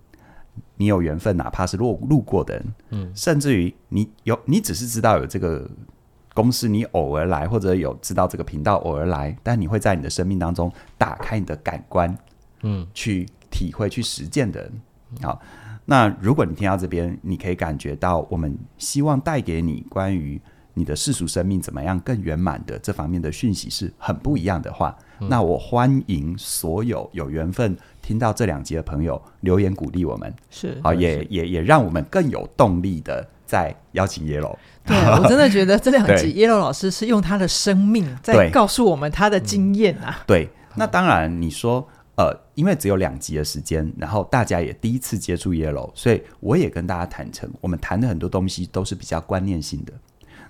B: 你有缘分，哪怕是路路过的人，
A: 嗯
B: 甚至于你有，你只是知道有这个公司，你偶尔来或者有知道这个频道偶尔来，但你会在你的生命当中打开你的感官，
C: 嗯，
B: 去体会、去实践的人。好，那如果你听到这边，你可以感觉到我们希望带给你关于你的世俗生命怎么样更圆满的这方面的讯息是很不一样的话，那我欢迎所有有缘分听到这两集的朋友留言鼓励我们。
A: 是
B: 好，也也也让我们更有动力的在邀请 Yellow。
A: 对，我真的觉得这两集
B: 对
A: Yellow 老师是用他的生命在
B: 对
A: 告诉我们他的经验 啊。
B: 对，那当然你说。呃，因为只有两集的时间，然后大家也第一次接触 Yellow，所以我也跟大家坦诚，我们谈的很多东西都是比较观念性的。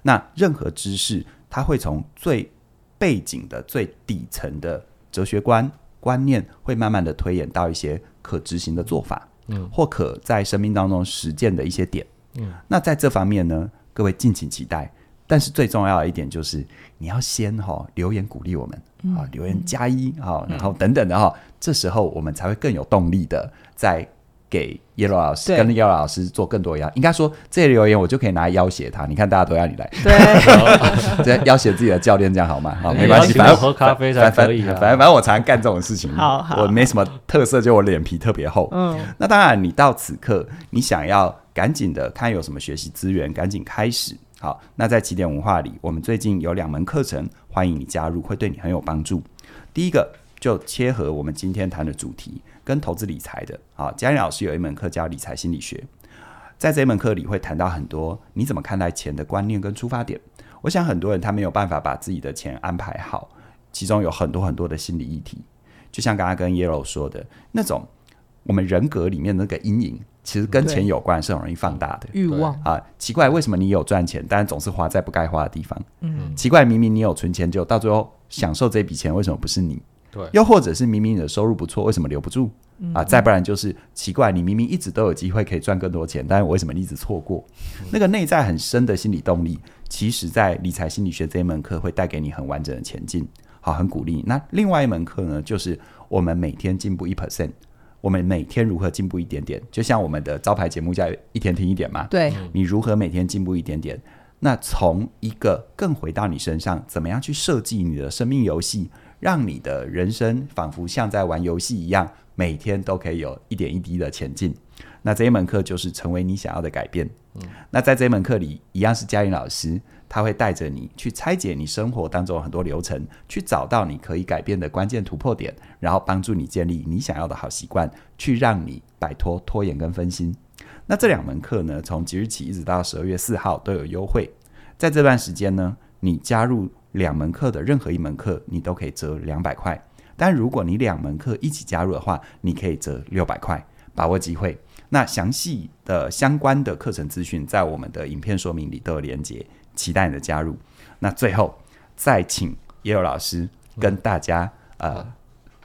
B: 那任何知识，它会从最背景的、最底层的哲学观观念，会慢慢的推演到一些可执行的做法，
C: 嗯，
B: 或可在生命当中实践的一些点，
C: 嗯。
B: 那在这方面呢，各位敬请期待。但是最重要的一点就是，你要先哈、留言鼓励我们
C: 嗯
B: 啊、留言加一啊、然后等等的哈、这时候我们才会更有动力的在给叶罗老师
A: 对
B: 跟叶罗老师做更多邀，应该说这些留言我就可以拿来要挟他。你看大家都要你来，
A: 对，
B: 这 要挟自己的教练，这样好吗？好，
C: 对
B: 没关系，
C: 邀请我
B: 反正
C: 喝咖啡才
B: 反反
C: 可以啊
B: 反反正反正我常干这种事情，
A: 好好
B: 我没什么特色，就我脸皮特别厚。
A: 嗯，
B: 那当然，你到此刻，你想要赶紧的看有什么学习资源，赶紧开始。好，那在起点文化里，我们最近有两门课程，欢迎你加入，会对你很有帮助。第一个就切合我们今天谈的主题，跟投资理财的。好，嘉玲老师有一门课叫理财心理学，在这一门课里会谈到很多你怎么看待钱的观念跟出发点。我想很多人他没有办法把自己的钱安排好，其中有很多很多的心理议题。就像刚刚跟 Yellow 说的那种，我们人格里面那个阴影，其实跟钱有关是很容易放大的。
A: 欲望，
B: 啊，奇怪，为什么你有赚钱，但是总是花在不该花的地方？
A: 嗯，
B: 奇怪，明明你有存钱，就到最后享受这笔钱，为什么不是你？
C: 对
B: 又或者是明明你的收入不错，为什么留不住？啊，再不然就是奇怪，你明明一直都有机会可以赚更多钱，但是为什么你一直错过？那个内在很深的心理动力，其实在理财心理学这一门课会带给你很完整的前进，好，很鼓励你。那另外一门课呢，就是我们每天进步一 percent。我们每天如何进步一点点，就像我们的招牌节目叫“一天听一点”嘛，
A: 对，
B: 你如何每天进步一点点？那从一个更回到你身上，怎么样去设计你的生命游戏，让你的人生仿佛像在玩游戏一样，每天都可以有一点一滴的前进。那这一门课就是成为你想要的改变。那在这一门课里，一样是嘉玲老师，他会带着你去拆解你生活当中很多流程，去找到你可以改变的关键突破点，然后帮助你建立你想要的好习惯，去让你摆脱拖延跟分心。那这两门课呢，从即日起一直到十二月四号都有优惠。在这段时间呢，你加入两门课的任何一门课，你都可以折两百块。但如果你两门课一起加入的话，你可以折六百块，把握机会。那详细的相关的课程资讯，在我们的影片说明里都有连结，期待你的加入。那最后再请也有老师跟大家、呃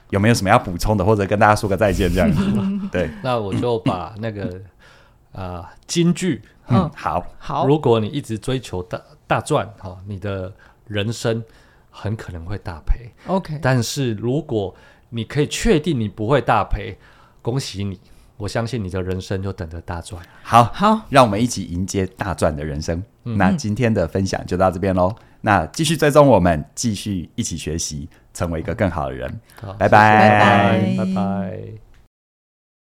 B: 有没有什么要补充的，或者跟大家说个再见这样子？对，
C: 那我就把那个啊金句，
A: 哦
B: 嗯，好，
A: 好，
C: 如果你一直追求大大赚，哈、你的人生很可能会大赔。
B: 哎
A: OK，
C: 但是如果你可以确定你不会大赔，恭喜你，我相信你的人生就等着大赚。
B: 好，
A: 好，
B: 让我们一起迎接大赚的人生。那今天的分享就到这边喽。那继续追踪我们，继续一起学习，成为一个更好的人。
C: 好
B: 拜
C: 谢谢
A: 拜
C: 拜拜。